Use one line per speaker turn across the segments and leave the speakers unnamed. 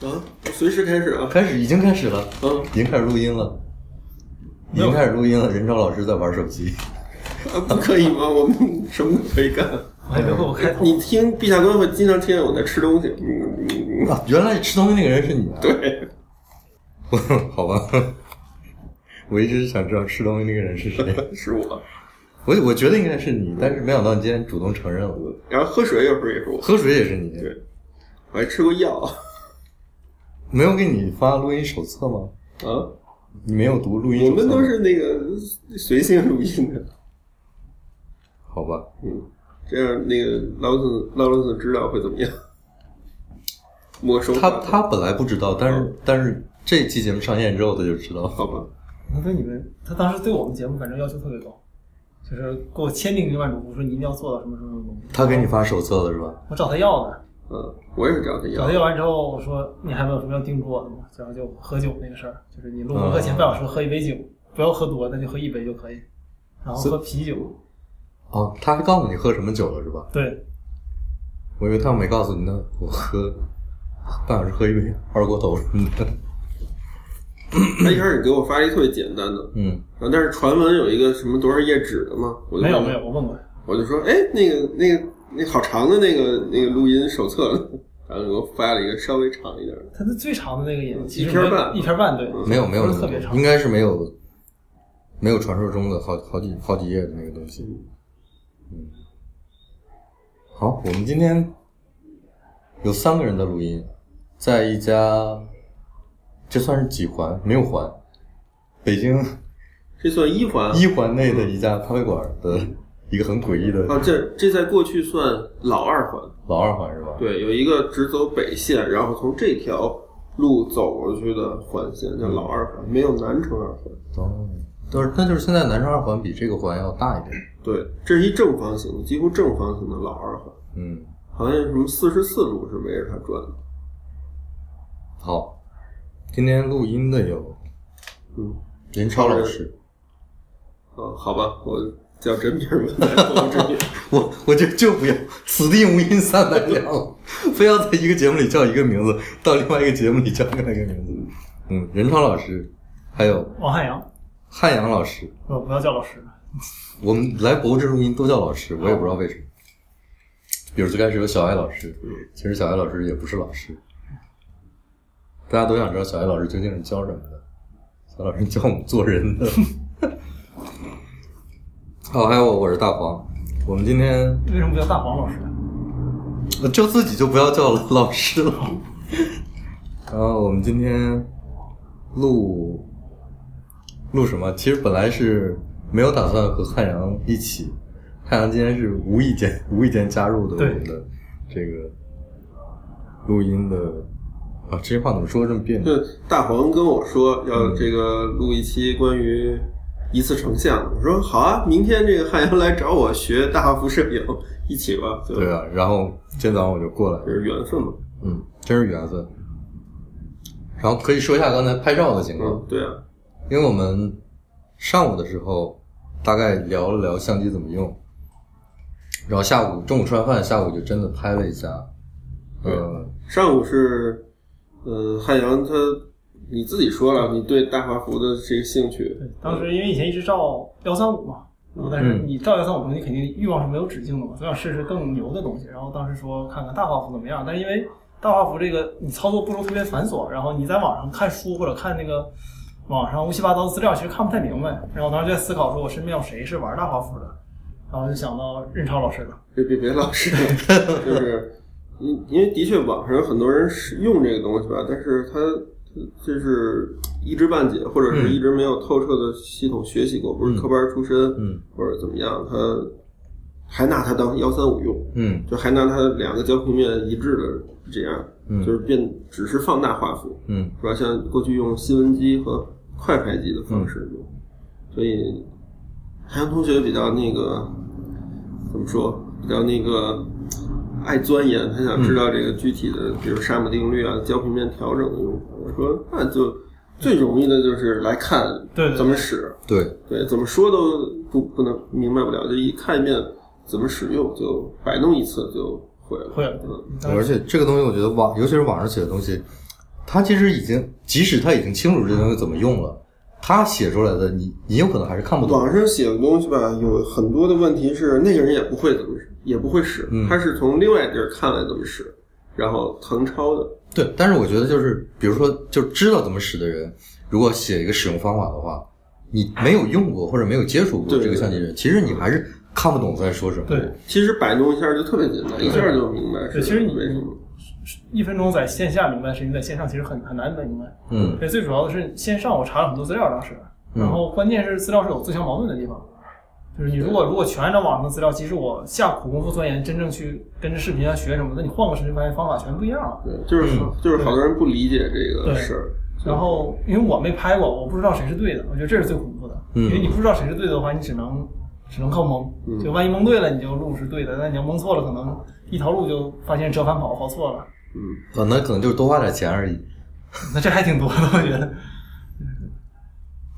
啊，随时开始啊！
开始已经开始了，
嗯，
已经开始录音了，已经开始录音了。任超老师在玩手机，
啊不可以吗？我们什么都可以干。
我
哎
还没给我开头，
你听陛下官会经常听见我在吃东西。嗯嗯，嗯
啊原来吃东西那个人是你啊？
对，
好吧，我一直想知道吃东西那个人是谁。
是我。
我我觉得应该是你，但是没想到你今天主动承认了。
然后喝水有时候也是我，
喝水也是你，
对我还吃过药啊。
没有给你发录音手册吗？
我
你没有读录音手册
啊
吗？
们都是那个随性录音的，
好吧？
这样那个劳伦斯劳伦斯知道会怎么样？没收
他他本来不知道，但是但是这期节目上线之后他就知道了。
好吧？
他对你们，他当时对我们节目反正要求特别高，就是给我签订一万嘱咐，说你一定要做到什么什么什么东西。
他给你发手册了是吧？
我找他要的，
嗯，我也是找他
找
要
他。要完之后，我说你还有没有什么要叮嘱我的吗？然后就喝酒那个事儿，就是你录播课前
嗯
半小时喝一杯酒，不要喝多，那就喝一杯就可以。然后喝啤酒，
哦，他还告诉你喝什么酒了是吧？
对，
我以为他们没告诉你呢，我喝半小时喝一杯二锅头什么 的。
他一开始给我发了一特别简单的，
嗯，
然后但是传闻有一个什么多少页纸的嘛，我就
没有
问
没有，我问过，
我就说，哎，那个那个那好长的那个那个录音手册， 然后给我发了一个稍微长一点的，
他的最长的那个也其实
一篇半嗯
没一篇半，对，
没有没有那
不是
么
特
多
别长
应该是没有没有传说中的好好几好几页的那个东西。嗯，好，我们今天有三个人的录音，在一家这算是几环？没有环，北 京
这算一环
一环内的一家咖啡馆的一个很诡异的
啊，这这在过去算老二环，
老二环是吧？
对，有一个直走北线，然后从这条路走过去的环线叫老二环，没有南城二环，
哦，都是那就是现在南城二环比这个环要大一点。
对，这是一正方形的，几乎正方形的老二环，
嗯，
好像什么四十四路是围着它转的，
好，今天录音的有
嗯。
林超老师，
啊，好吧，我叫真名儿吧，我真名儿。
我我就就不要此地无银三百两了， 非要在一个节目里叫一个名字，到另外一个节目里叫另外一个名字。嗯，任超老师，还有
王汉阳，
汉阳老师，
我不要叫老师，
我们来博物志录音都叫老师，我也不知道为什么。比如最开始有小爱老师，其实小爱老师也不是老师，大家都想知道小爱老师究竟是教什么的。小爱老师教我们做人的。哦，还有我，我是大黄。我们今天
为什么不叫大黄老师？
就自己就不要叫老师了。然后我们今天录录什么？其实本来是没有打算和汉阳一起，汉阳今天是无意间无意间加入的
对
我们的这个录音的啊，这些话怎么说这么别扭？
就大黄跟我说要这个录一期关于一次成像，我说好啊，明天这个汉阳来找我学大幅摄影，一起吧，就
对啊，然后今天早上我就过来，
这是缘分嘛，
嗯，真是缘分。然后可以说一下刚才拍照的情况，
嗯，对啊，
因为我们上午的时候大概聊了聊相机怎么用，然后下午中午吃完饭，下午就真的拍了一下，呃，
上午是，呃，汉阳他你自己说了，你对大画幅的这个兴趣，
对，当时因为以前一直照幺三五嘛，然后但是你照幺三五东西肯定欲望是没有止境的嘛，所以想试试更牛的东西。然后当时说看看大画幅怎么样，但是因为大画幅这个你操作步骤特别繁琐，然后你在网上看书或者看那个网上乌七八糟的资料，其实看不太明白。然后我当时就在思考，说我身边有谁是玩大画幅的，然后就想到任超老师了。
别别别老师， 就是，因因为的确网上有很多人使用这个东西吧，但是他就是一知半解，或者
嗯
是一直没有透彻的系统学习过，不是科班出身，
嗯
或者怎么样，他还拿它当幺三五用，
嗯
就还拿它两个焦平面一致的这样，
嗯
就是变只是放大画幅，
嗯，
是吧？像过去用新闻机和快拍机的方
嗯
式用，所以韩阳同学比较那个怎么说？比较那个爱钻研，他想知
嗯
道这个具体的，比如沙姆定律啊、焦平面调整的用法。我说那就最容易的就是来看
对对
怎么使，
对，
对，怎么说都不不能明白不了，就一看一遍怎么使用，就摆弄一次就会了。
会了
嗯，
当
而
时
且这个东西我觉得网，尤其是网上写的东西，他其实已经，即使他已经清楚这东西怎么用了，他写出来的你，你有可能还是看不懂。
网上写的东西吧，有很多的问题是那个人也不会怎么使，也不会使，他是从另外地儿看来怎么使，然后誊抄的。
对，但是我觉得就是，比如说，就知道怎么使的人，如果写一个使用方法的话，你没有用过或者没有接触过
对
这个相机人，其实你还是看不懂在说什么。
对，
其实摆弄一下就特别简单，一下就明白是
对其实你
为什么。
一分钟在线下明白的事情，在线上其实很很难明白。
嗯
而且最主要的是，线上我查了很多资料，当时，
嗯
然后关键是资料是有自相矛盾的地方。就是你如果如果全按照网上的资料，其实我下苦功夫钻研，真正去跟着视频啊学什么的，你换个视频发现方法全不一样了。
对，就是
嗯
就是好多人不理解这个
对
事儿，
然后因为我没拍过，我不知道谁是对的，我觉得这是最恐怖的。
嗯
因为你不知道谁是对的话，你只能只能靠蒙，
嗯
就万一蒙对了，你就路是对的；那你要蒙错了，可能一条路就发现折返跑跑错了。
嗯，
呃，那可能就是多花点钱而已。
那这还挺多的，我觉得。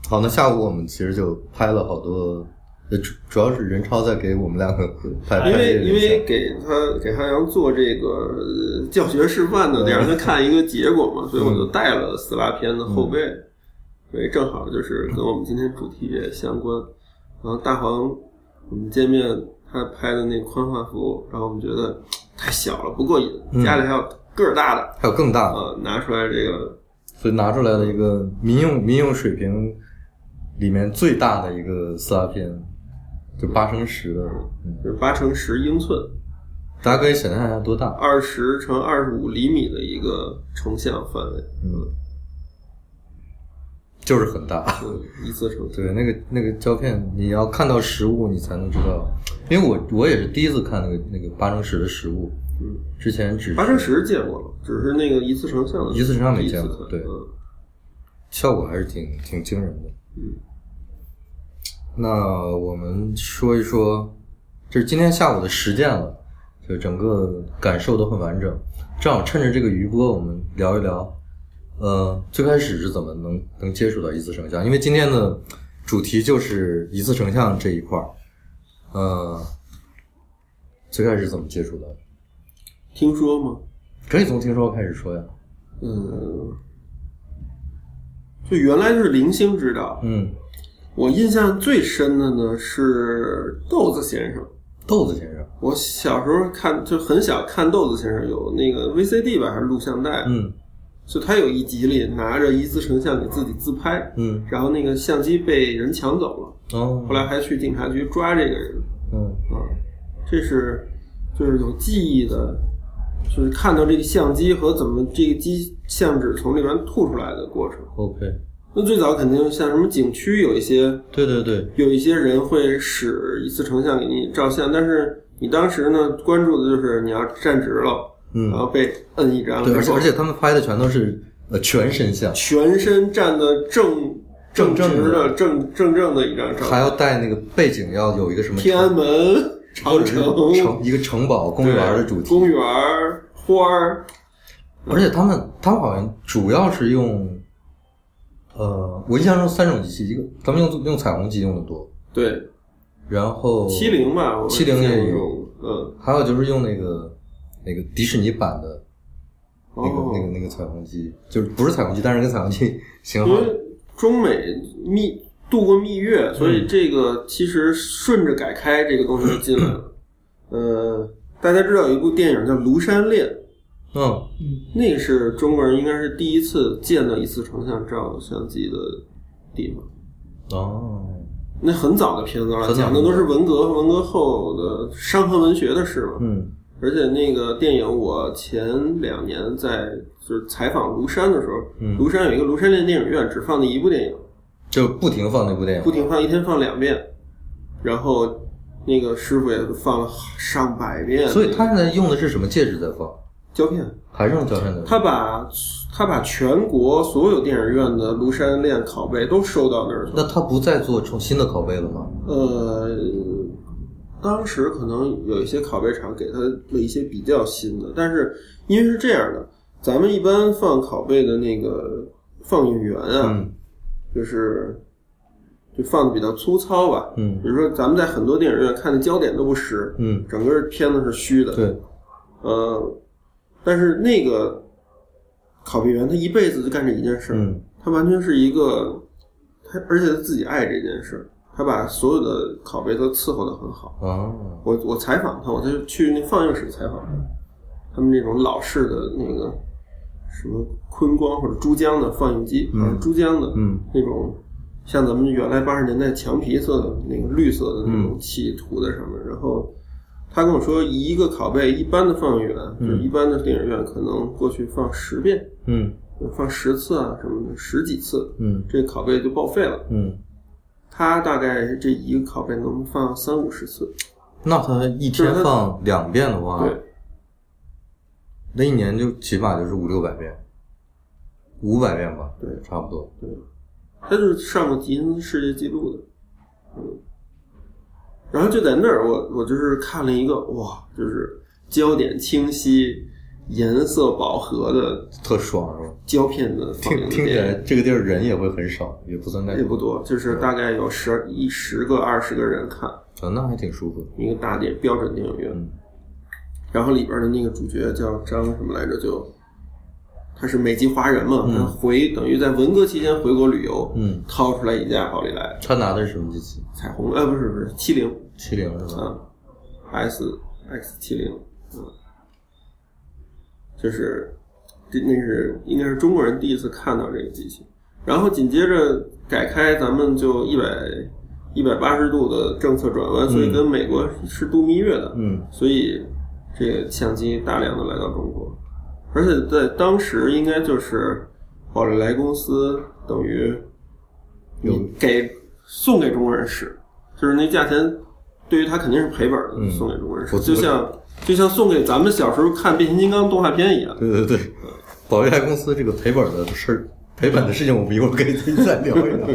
好，那下午我们其实就拍了好多，呃主主要是任超在给我们两个拍拍
哎因
这
为
个
因为
影
给他给汉阳做这个呃教学示范的，得
嗯
让他看一个结果嘛，所以我就带了四拉片的后背，
嗯
所以正好就是跟我们今天主题也相关。然后大黄，我们见面他拍的那个宽画幅，然后我们觉得嘖太小了不过瘾，
嗯
家里还有个儿大的，
像还有更大的，
呃，拿出来这个
所以拿出来了一个民用民用水平里面最大的一个四大片，就八乘十的，嗯，
就是八乘十英寸，
大家可以想象一下多大，
二十乘二十五厘米的一个成像范围，
嗯，就是很大。
嗯，一次成像。
对，那个那个胶片，你要看到实物，你才能知道。因为我我也是第一次看那个那个八乘十的实物，
嗯，
之前只是
八乘十见过了，只是那个一次成像的
一次成像没见过
一次看
对
嗯
效果还是挺挺惊人的。
嗯，
那我们说一说，就是今天下午的实践了，就整个感受都很完整。正好趁着这个余波，我们聊一聊，呃，最开始是怎么能能接触到一次成像？因为今天的主题就是一次成像这一块儿，呃，最开始怎么接触到的？
听说吗？
可以从听说开始说呀。
嗯，就原来就是零星知道。
嗯，
我印象最深的呢是豆子先生。
豆子先生，
我小时候看就很小看豆子先生有那个 VCD 吧还是录像带，
嗯
就他有一集里拿着一次成像给自己自拍，
嗯，
然后那个相机被人抢走了，
哦，
后来还去警察局抓这个人。
嗯
啊，这是就是有记忆的，就是看到这个相机和怎么这个机相纸从里面吐出来的过程。
，OK，
那最早肯定像什么景区有一些
对对对，
有一些人会使一次成像给你照相，但是你当时呢关注的就是你要站直了，
嗯
然后被摁一张，
对，而
然
且
后
而且他们拍的全都是呃全身像，
全身站的正
正
直
正的
的正正正的一张照
还
片，
要带那个背景要有一个什么
天安门、长
城城一个城堡公园的主
对
题，
公园儿花儿。
而且他们他们好像主要是用，呃，我印象中三种机器，一个咱们用用彩虹机用的多，
对，
然后
七零吧，我
70也哦有
有，嗯，
还有就是用那个那个迪士尼版的那个、
哦
那个那个彩虹机，就是不是彩虹机，但是跟彩虹机 型
因
号
为中美蜜度过蜜月，所
嗯
以这个其实顺着改开这个东西就进来了。呃，大家知道有一部电影叫《庐山恋》，
嗯
那是中国人应该是第一次见到一次成像照相机的地方。
哦
那很早的片子了，
很早
讲的都是文革和文革后的伤痕文学的事嘛。
嗯
而且那个电影，我前两年在就是采访庐山的时候，
嗯
庐山有一个庐山恋电影院，只放那一部电影，
就不停放那部电影
不，停放，一天放两遍。然后那个师傅也放了上百遍，
所以他现在用的是什么介质在放？
胶片，
还是用胶片在放？
他把他把全国所有电影院的庐山恋拷贝都收到那儿去了。
那他不再做重新的拷贝了吗？
呃，当时可能有一些拷贝厂给他了一些比较新的，但是因为是这样的，咱们一般放拷贝的那个放映员啊，
嗯
就是就放的比较粗糙吧。
嗯
比如说咱们在很多电影院看的焦点都不实，
嗯，
整个片子是虚的。
对，
呃，但是那个考评员他一辈子就干这一件事儿，
嗯
他完全是一个，他而且他自己爱这件事儿，他把所有的拷贝都伺候的很好。
哦，
我我采访他，我就去那放映室采访他，他们那种老式的那个什么昆光或者珠江的放映机，
嗯
好像珠江的，
嗯
那种像咱们原来八十年代墙皮色的那个绿色的那
嗯
种漆涂在上面。然后他跟我说，一个拷贝一般的放映院，就是一般的电影院，可能过去放十遍、
嗯
放十次啊什么的，十几次，
嗯
这拷贝就报废了。
嗯，
他大概这一个拷贝能放三五十次，
那他一
就是
天
他
放两遍的话，
对，
那一年就起码就是五六百遍，五百遍吧，
对
差不多。
他就是上过吉尼斯世界纪录的，嗯。然后就在那儿，我我就是看了一个哇，就是焦点清晰、颜色饱和的
特爽是吧？
胶片的放映
听
的
听起来
电
这个地儿人也会很少，也不算太
影也不多，就是大概有十一十个二十个人看
啊，那还挺舒服的。
一个大电标准电影院。
嗯
然后里边的那个主角叫张什么来着，就他是美籍华人嘛，他回等于在文革期间回国旅游，
嗯，
掏出来一架宝丽来
他拿的是什么机器？
彩虹，呃，不是不是七零
七零是吧？
啊，S X 七零，嗯，就是这那是应该是中国人第一次看到这个机器，然后紧接着改开，咱们就一百一百八十度的政策转弯，所以跟美国是度蜜月的，
嗯
所以这个相机大量的来到中国，而且在当时应该就是宝丽来公司等于你给送给中国人使，就是那价钱对于他肯定是赔本的，
嗯
送给中国人使，
我
就像就像送给咱们小时候看变形金刚动画片一样。
对 对对，宝丽来公司这个赔本的事儿，赔本的事情，我们一会儿可以再聊一聊。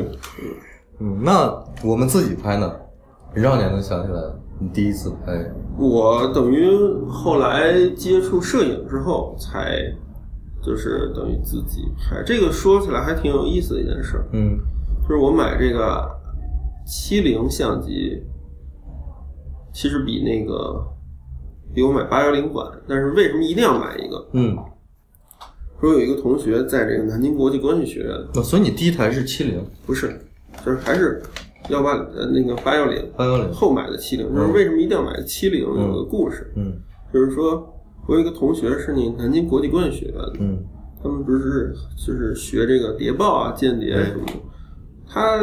嗯，那我们自己拍呢？让你还能想起来你第一次拍？
我等于后来接触摄影之后，才就是等于自己拍。这个说起来还挺有意思的一件事儿，
嗯
就是我买这个七零相机，其实比那个比我买八幺零晚。但是为什么一定要买一个？
嗯，
说有一个同学在这个南京国际关系学院，
那所以你第一台是七零
不是，就是还是幺八呃那个八幺零
八幺零？
后买的七零，就是为什么一定要买七零有个故事。
嗯
就是说我有一个同学是那南京国际关系学院的，
嗯
他们不是就是学这个谍报啊、间谍什么的。他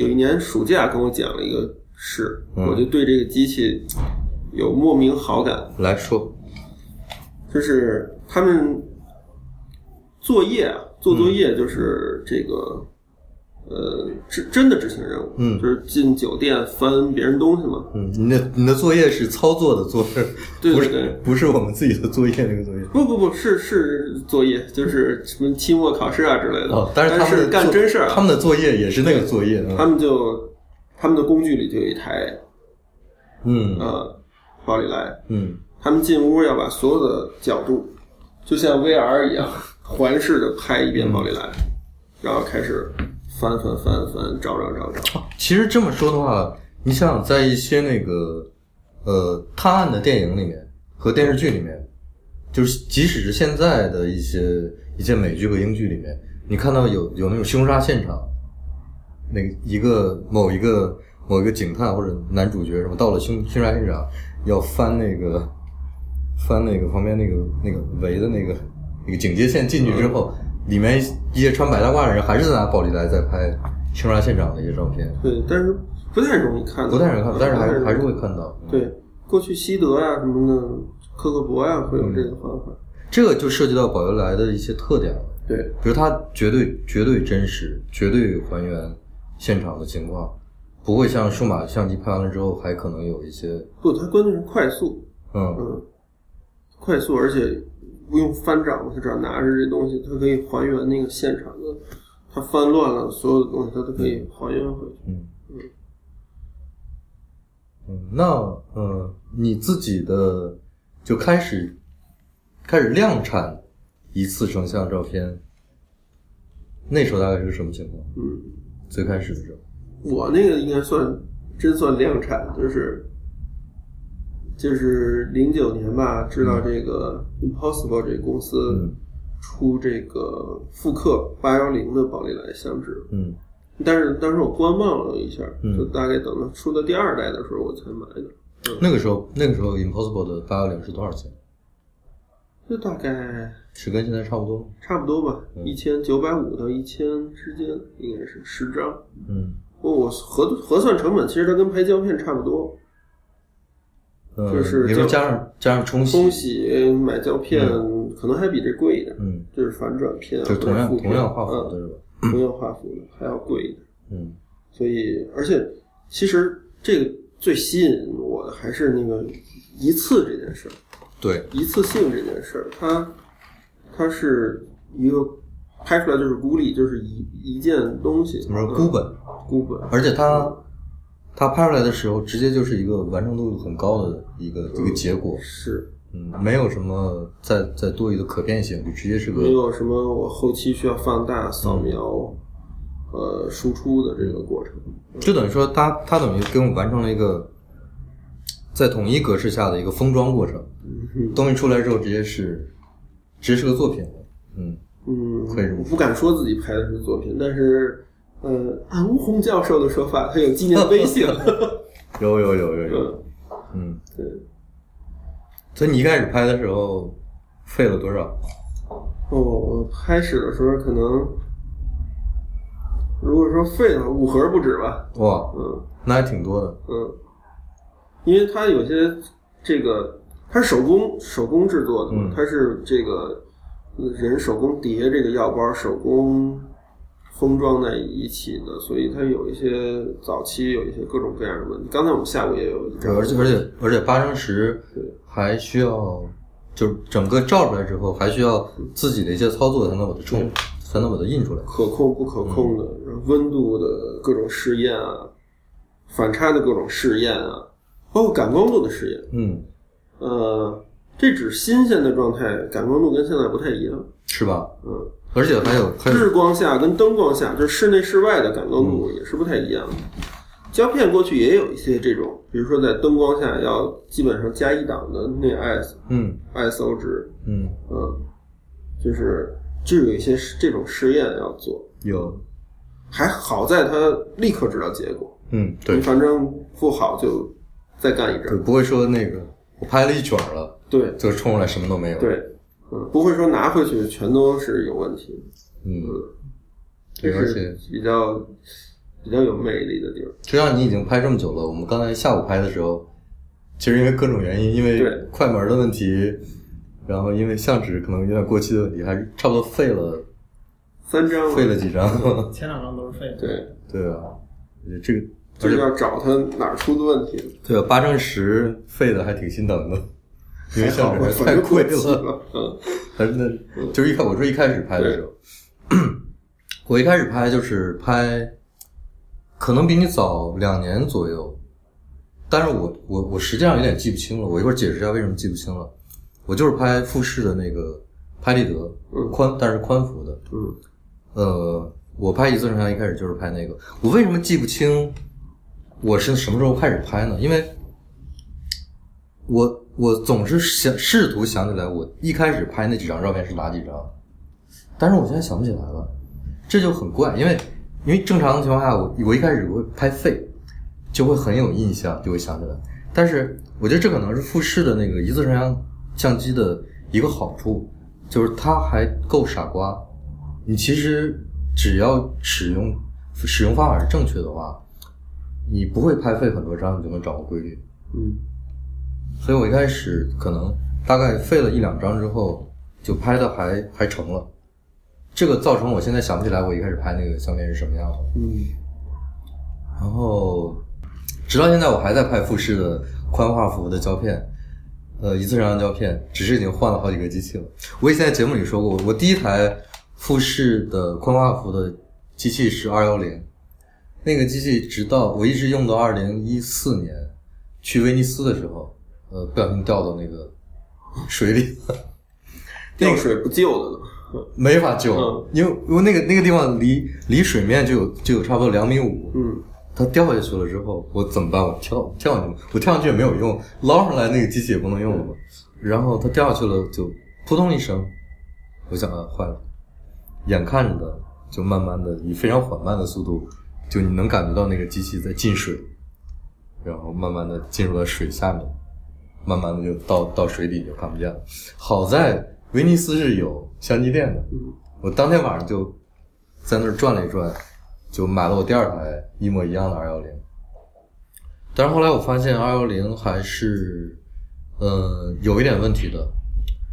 有一年暑假跟我讲了一个事，
嗯
我就对这个机器有莫名好感。
来说，
就是他们作业啊，做作业就是这个，呃，执真的执行任务，
嗯
就是进酒店翻别人东西嘛。
嗯，你的你的作业是操作的作业，
对
不
对
是
对
不是我们自己的作业那个作业。
不不不是是作业，就是什么期末考试啊之类的。
哦，但
但
是他们的
干
作
真事儿啊，
他们的作业也是那个作业。啊
他们就他们的工具里就有一台
嗯
呃宝丽来，
嗯
他们进屋要把所有的角度，就像 VR 一样环视的拍一遍宝丽来，
嗯
然后开始翻翻翻翻，找找找找。
其实这么说的话，你想想，在一些那个呃探案的电影里面和电视剧里面，就是即使是现在的一些一些美剧和英剧里面，你看到有有那种凶杀现场，那个一个某一个某一个警探或者男主角什么到了凶凶杀现场，要翻那个翻那个旁边那个那个围的那个那个警戒线进去之后，里面一些穿白大褂的人还是拿宝丽来在拍凶杀现场的一些照片。
对，但是不太容易看到，
不太能看，但是还
不
是
太
还是
容易
会看到。嗯，
对过去西德啊什么的，科克勃呀、会有这个方法。
这个就涉及到宝丽来的一些特点了，
对，
比如它绝对绝对真实，绝对还原现场的情况，不会像数码相机拍完了之后还可能有一些
不，它关键是快速，
嗯
嗯，快速，而且不用翻掌，它只要拿着这东西，它可以还原那个现场的。它翻乱了，所有的东西它都可以还原回去。
嗯，那嗯你自己的就开始开始量产一次成像照片，那时候大概是个什么情况？
嗯，
最开始的时候，
我那个应该算真算量产，就是就是零九年吧，知道这个 Impossible 这个公司
嗯
出这个复刻八幺零的宝丽来相纸，
嗯
但是当时我观望了一下，
嗯
就大概等到出到第二代的时候我才买的，
那个时候那个时候 Impossible 的八幺零是多少钱？
就大概
是跟现在差不多吗？
差不多吧，
嗯
一千九百五到一千之间应该是十张。
嗯
我我核核算成本，其实它跟拍胶片差不多，
嗯，
就是
你说
叫
加上加上冲洗，
冲洗买胶片可能还比这贵一点，
嗯，
就是反转片啊
就同样
或者复片
同样画幅
嗯
的是吧？
同样画幅的还要贵一点。
嗯
所以，而且其实这个最吸引我的还是那个一次这件事儿，
对，
一次性这件事儿，它它是一个拍出来就是孤立，就是一一件东西，
怎么说孤
嗯
本？
孤本，
而且它它拍出来的时候，直接就是一个完成度很高的一个一个结果，
是
嗯，没有什么再再多余的可变性，就直接是个
没有什么我后期需要放大扫
嗯
描，呃，输出的这个过程。
就等于说它它等于给我们完成了一个在统一格式下的一个封装过程，东西出来之后直接是直接是个作品了，嗯，
嗯，
可以这么
我不敢说自己拍的是作品，但是，呃，按吴红教授的说法，它有纪念碑 性。
有有有有有，
嗯，
嗯，
对，
所以你一开始拍的时候费了多少？
哦，我开始的时候可能，如果说废的话，五盒不止吧。
哇，
嗯
那还挺多的，
嗯，因为它有些这个，它是手工手工制作的嘛，
嗯
它是这个呃人手工叠这个药包，手工封装在一起的，所以它有一些早期有一些各种各样的问题。刚才我们下午也有一张，
而且而且而且八乘十还需要，就是整个照出来之后，还需要自己的一些操作才能把它冲，才能把它印出来。
可控不可控的，然后温度的各种试验啊，反差的各种试验啊，包括感光度的试验。
嗯，
呃，这纸新鲜的状态感光度跟现在不太一样，
是吧？
嗯，
而且还有还有
日光下跟灯光下，就是室内室外的感光
嗯
度也是不太一样的。胶片过去也有一些这种，比如说在灯光下要基本上加一档的内 IS
嗯
ISO 值，
嗯
嗯，就是就有一些这种试验要做，
有
还好在它立刻知道结果，
嗯
你
对
反正不好就再干一阵
对，
儿，
不会说那个我拍了一卷儿了，
对
就冲出来什么都没有。，
对，嗯，不会说拿回去全都是有问题的。
嗯，
这
对，而且
是比较比较有魅力的地儿。
就像你已经拍这么久了，我们刚才下午拍的时候，其实因为各种原因，因为
对
快门的问题，然后因为相纸可能有点过期的问题，还是差不多废了
三张嘛
废了几张。
前两张都是废的。
对，
对啊，呃这个
这就要找他哪儿出的问题了。
对啊，八乘十废的还挺心疼的，因为相纸还
反
太
正
贵
过期
了。
了。嗯
还是那，就是一开我说一开始拍的时候，我一开始拍就是拍，可能比你早两年左右，但是我我我实际上有点记不清了，我一会儿解释一下为什么记不清了。我就是拍富士的那个拍立得
嗯
宽，但是宽幅的，
嗯
呃，我拍一次成像一开始就是拍那个。我为什么记不清我是什么时候开始拍呢？因为我我总是想试图想起来我一开始拍那几张照片是哪几张，但是我现在想不起来了，这就很怪。因为因为正常的情况下，我我一开始我会拍废，就会很有印象，就会想起来。但是我觉得这可能是富士的那个一次成像相机的一个好处，就是它还够傻瓜。你其实只要使用使用方法是正确的话，你不会拍废很多张，你就能掌握规律。
嗯
所以我一开始可能大概废了一两张之后，就拍的还还成了。这个造成我现在想不起来我一开始拍那个相片是什么样了。
嗯
然后直到现在我还在拍富士的宽画幅的胶片，呃，一次成像胶片，只是已经换了好几个机器了。我以前在节目里说过，我第一台富士的宽画幅的机器是二幺零，那个机器直到我一直用到二零一四年去威尼斯的时候，呃，不小心掉到那个水里了。
掉水不救的了。
没法救，
嗯
因为因为那个那个地方离离水面就有就有差不多两米五，
嗯，
它掉下去了之后，我怎么办？我跳跳上去吗？我跳上去也没有用，捞上来那个机器也不能用了嘛。然后它掉下去了，就扑通一声，我想啊，坏了，眼看着的就慢慢的以非常缓慢的速度，就你能感觉到那个机器在进水，然后慢慢的进入了水下面，慢慢的就到到水底就看不见了。好在威尼斯是有相机店的，我当天晚上就在那儿转了一转，就买了我第二台一模一样的二幺零。但是后来我发现二幺零还是，呃，有一点问题的，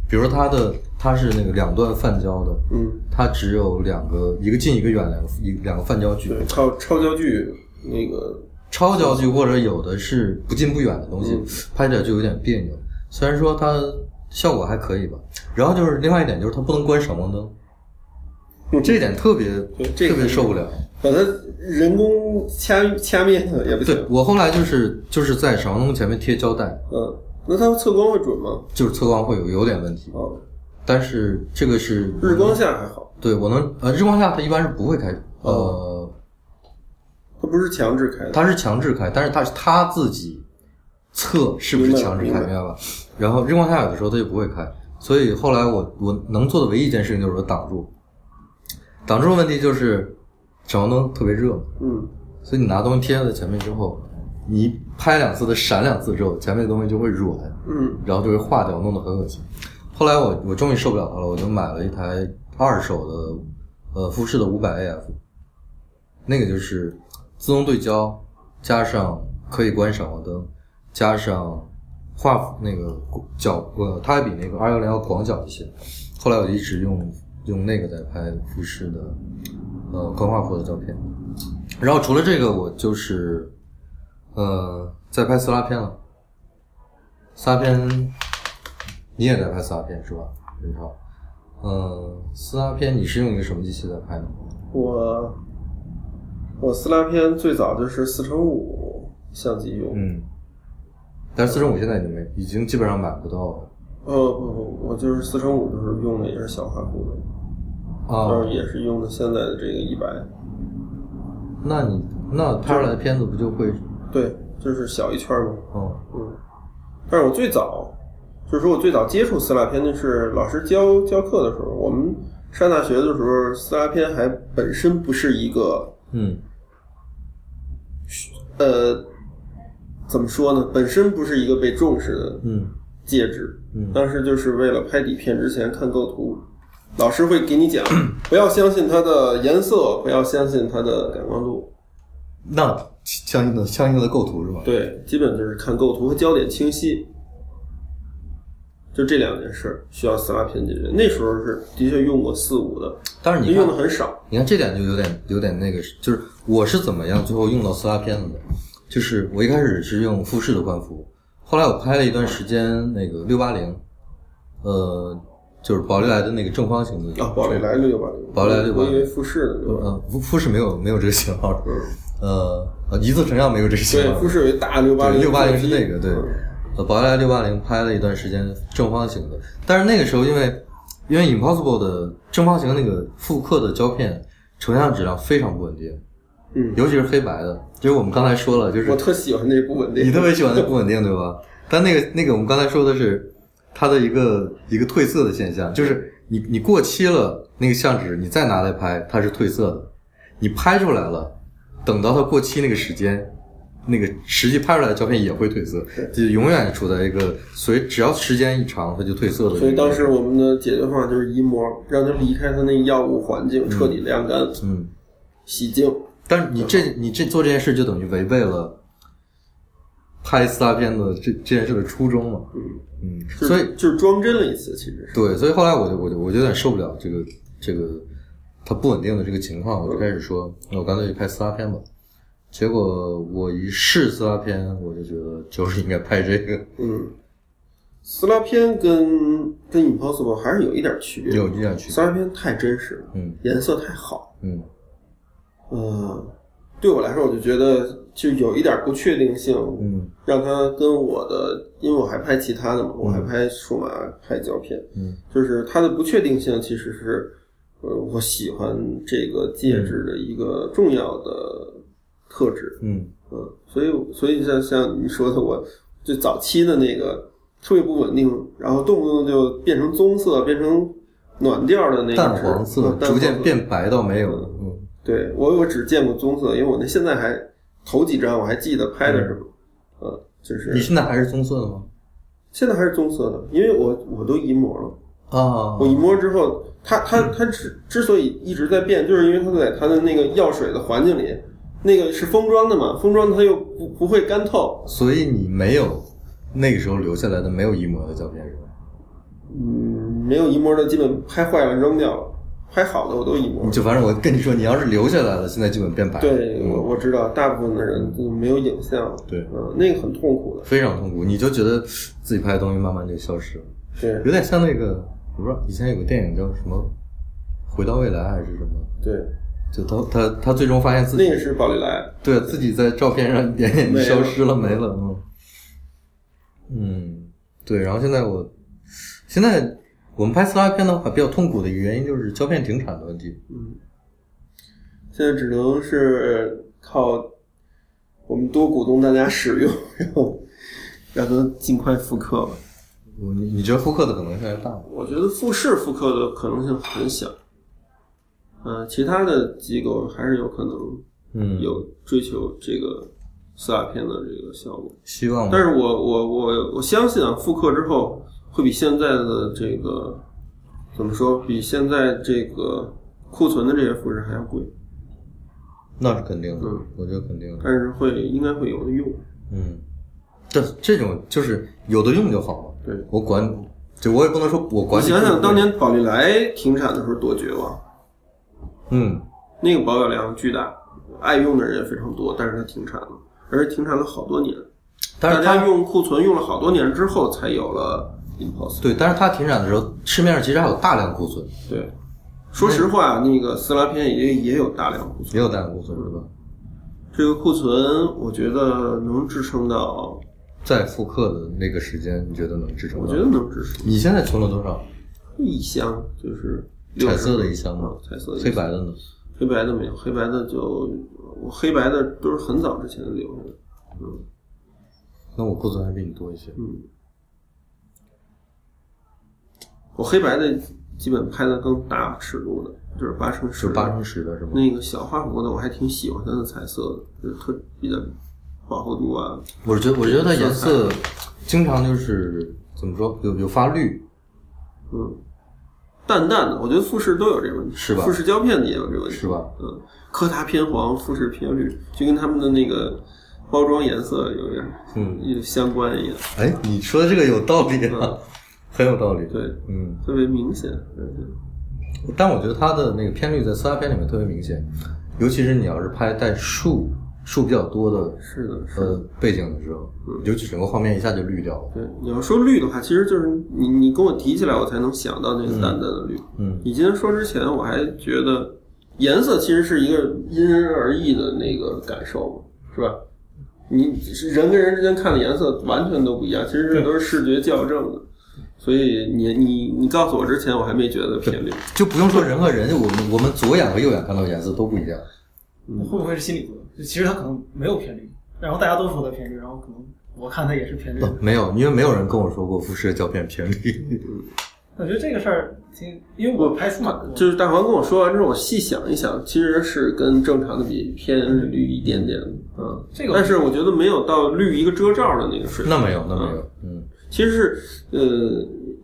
比如它的它是那个两段泛焦的，
嗯，
它只有两个，一个近一个远，两个一两个泛焦距。
对，靠超焦距那个，
超焦距或者有的是不近不远的东
嗯
西，拍起来就有点别扭。虽然说它效果还可以吧，然后就是另外一点就是它不能关闪光灯，
嗯
这一点特别
对这个
特别受不了。
把它人工掐掐灭它也不
对
行。
我后来就是就是在闪光灯前面贴胶带，
嗯，那它测光会准吗？
就是测光会有有点问题，
哦，
但是这个是
日光下还好，
对我能呃日光下它一般是不会开呃
哦它不是强制开的。
它是强制开，但是它是他自己测是不是强制开，
明白
明白吧？然后日光下雨的时候它就不会开，所以后来我我能做的唯一一件事情就是我挡住。挡住的问题就是闪光灯特别热嘛，
嗯，
所以你拿东西贴在前面之后，你拍两次的闪两次之后，前面的东西就会软，
嗯，
然后就会化掉，弄得很恶心。后来我我终于受不了它了，我就买了一台二手的，呃，富士的五百 AF，那个就是自动对焦，加上可以关闪光灯，加上画幅那个角，呃，它还比那个二幺零要广角一些。后来我就一直用用那个在拍富士的，呃，宽画幅的照片。然后除了这个，我就是，呃，在拍撕拉片了。撕拉片，你也在拍撕拉片是吧？任超，嗯，撕拉片你是用一个什么机器在拍的？
我我撕拉片最早就是四乘五相机用，
嗯，但是四乘五现在已经没，已经基本上买不到了。
呃不不，我就是四乘五，就是用的也是小画幅的，就
啊
是，也是用的现在的这个一百，
那你那拍出来的片子不就会，
对，就是小一圈嘛。
哦，
嗯，但是我最早就是说我最早接触撕拉片，那是老师教教课的时候，我们上大学的时候，撕拉片还本身不是一个
嗯
呃，怎么说呢？本身不是一个被重视的
嗯
介质，
嗯
当时就是为了拍底片之前看构图，老师会给你讲， 不要相信它的颜色，不要相信它的感光度，
那相应的相应的构图是吧？
对，基本就是看构图和焦点清晰，就这两件事儿需要撕拉片解决。那时候是的确用过四五的，
但是你看
用的很少，
你看这点就有点有点那个，就是我是怎么样最后用到撕拉片了的？就是我一开始是用富士的宽幅，后来我拍了一段时间那个六八零，呃，就是宝丽来的那个正方形的
啊，宝丽来六六八零，
宝丽来680
我以为富士的680
呃，富富士没有没有这个型号，呃，呃一字成像没有这个型
嗯对，
号
富，士有一大六八零，
六八零是那
嗯
个对，呃，宝丽来六八零拍了一段时间正方形的，但是那个时候因为因为 Impossible 的正方形那个复刻的胶片成像质量非常不稳定，
嗯
尤其是黑白的，就是我们刚才说了，就是
我特喜欢那部稳定，
你特别喜欢那不稳定，对吧？ 但那个那个，我们刚才说的是它的一个一个褪色的现象，就是你你过期了那个相纸，你再拿来拍，它是褪色的。你拍出来了，等到它过期那个时间，那个实际拍出来的胶片也会褪色，就永远处在一个随只要时间一长，它就褪色的。
所以当时我们的解决方案就是移膜，让它离开它那药物环境，彻底晾干、
嗯，
洗净。
但是你
嗯
这你这做这件事就等于违背了拍四大片的这这件事的初衷嘛。嗯，
就是
所以
就是装帧了一次，其实是。
对，所以后来我就我就我就有点受不了这个这个它不稳定的这个情况，我就开始说，那我干脆就拍撕拉片吧。结果我一试撕拉片，我就觉得就是应该拍这个，
嗯，撕拉片跟跟 Impossible 还是有一点区别。
有这样 区别。
撕拉片太真实了，
嗯
颜色太好。
嗯
嗯，对我来说，我就觉得就有一点不确定性，
嗯
让它跟我的，因为我还拍其他的嘛，我还拍数码、拍胶片，
嗯，
就是它的不确定性其实是，呃，我喜欢这个介质的一个重要的特质。
嗯
嗯，所以所以像像你说的，我就早期的那个特别不稳定，然后动不动就变成棕色，变成暖调的那个
淡
是
黄色
嗯淡
逐渐
黄色
变白到没有了。嗯，
对我我只见过棕色，因为我那现在还头几张我还记得拍的什么，呃，就
嗯你
是
现在还是棕色的吗？
现在还是棕色的，因为我我都移模了，
啊
我，移模之后，它它
嗯
它之之所以一直在变，就是因为它在它的那个药水的环境里，那个是封装的嘛，封装它又不不会干透，
所以你没有那个时候留下来的没有一模的照片是吧？
嗯，没有移模的基本拍坏了扔掉了，拍好的我都移模
你。就反正我跟你说，你要是留下来了，现在基本变白了。
对，
嗯
我我知道，大部分的人就没有影像，
对
嗯、那个很痛苦的，
非常痛苦，你就觉得自己拍的东西慢慢就消失了，
对
有点像那个，我不知道以前有个电影叫什么《回到未来》还是什么，
对，
就他他他最终发现自己
那个是宝丽来，
对自己在照片上一点点
没了
消失了，没了，嗯，嗯，对。然后现在我现在我们拍撕拉片的话，比较痛苦的一个原因就是胶片停产的问题。
现在只能是靠我们多鼓动大家使用，然后让它尽快复刻吧。
我你你觉得复刻的可能性还大吗？
我觉得复试复刻的可能性很小，呃，其他的机构还是有可能
嗯，
有追求这个四大片的这个效果，
希望吗
但是我我我我相信啊，复刻之后会比现在的这个怎么说，比现在这个库存的这些复制还要贵，
那是肯定的，
嗯
我觉得肯定的。
但是会应该会有的用，
嗯，但是这种就是有的用就好了。
对。
我管，就我也不能说我
我
管你
想
贵
想
不贵
当，年宝丽来停产的时候多绝望，
嗯，
那个保有量巨大，爱用的人也非常多，但是它停产了，而且停产了好多年。
但是
大家
它
用库存用了好多年之后，才有了 Impulse。
对，但是它停产的时候，市面上其实还有大量库存，
对，说实话，那个撕拉片也也有大量库存，
也有大量库存是吧？
这个库存我觉得能支撑到，
再复刻的那个时间，你觉得能支撑
我
到？
觉得能支撑
你现在存了多少？
一箱就是60
彩色的一箱吗
嗯？彩色的一箱
黑白的呢？
黑白的没有，黑白的就我黑白的都是很早之前留下的，嗯
那我库存还比你多一些。
嗯，我黑白的基本拍的更大尺度的，就是八乘十
是八乘十的是吗？
那个小画幅的我还挺喜欢它的彩色的，就是特比较饱和度啊。
我觉得，我觉得它颜色经常就是怎么说，有有发绿，
淡淡的，我觉得富士都有这问题，
是吧
富士胶片的也有这问题，
是？吧？
嗯，柯达偏黄，富士偏绿，就跟他们的那个包装颜色有点
嗯，
有相关一样，
哎，你说的这个有道理啊
嗯，
很有道理。
对，
嗯，
特别明显。嗯
但我觉得它的那个偏绿在三大片里面特别明显，尤其是你要是拍带树树比较多的
是的，是的。
呃背景的时候，你就整个画面一下就绿掉了。
对，你要说绿的话，其实就是你你跟我提起来，我才能想到那个淡淡的绿。
嗯
你今天说之前，我还觉得颜色其实是一个因人而异的那个感受嘛，是吧？你人跟人之间看的颜色完全都不一样，其实这都是视觉校正的。所以你你你告诉我之前，我还没觉得偏绿。
就不用说人和人，我们我们左眼和右眼看到的颜色都不一样。
会不会是心理作用？就其实他可能没有偏绿，然后大家都说他偏绿，然后可能我看他也是偏绿。
嗯
不，没有，因为没有人跟我说过富士的胶片偏 绿。
我觉得这个事儿挺，因为我拍出嘛，我
呃就是大黄跟我说完之后，我细想一想，其实是跟正常的比偏绿一点点的，嗯，
这个
但是我觉得没有到绿一个遮罩的那个水平。
那没有，那没有。嗯，
其实是呃，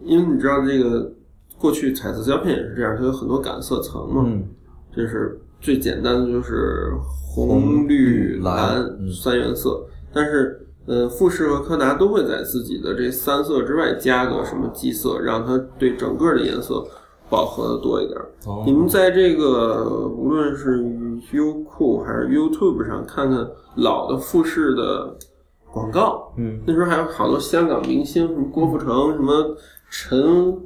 因为你知道这个过去彩色胶片也是这样，它有很多感色层嘛，
嗯
就是最简单的就是红、
红
绿、
绿
蓝
蓝嗯
三原色，但是。呃，富士和柯达都会在自己的这三色之外加个什么基色，让它对整个的颜色饱和的多一点。
哦
你们在这个无论是优酷还是 YouTube 上看看老的富士的广告，
嗯，
那时候还有好多香港明星，什么郭富城、什么陈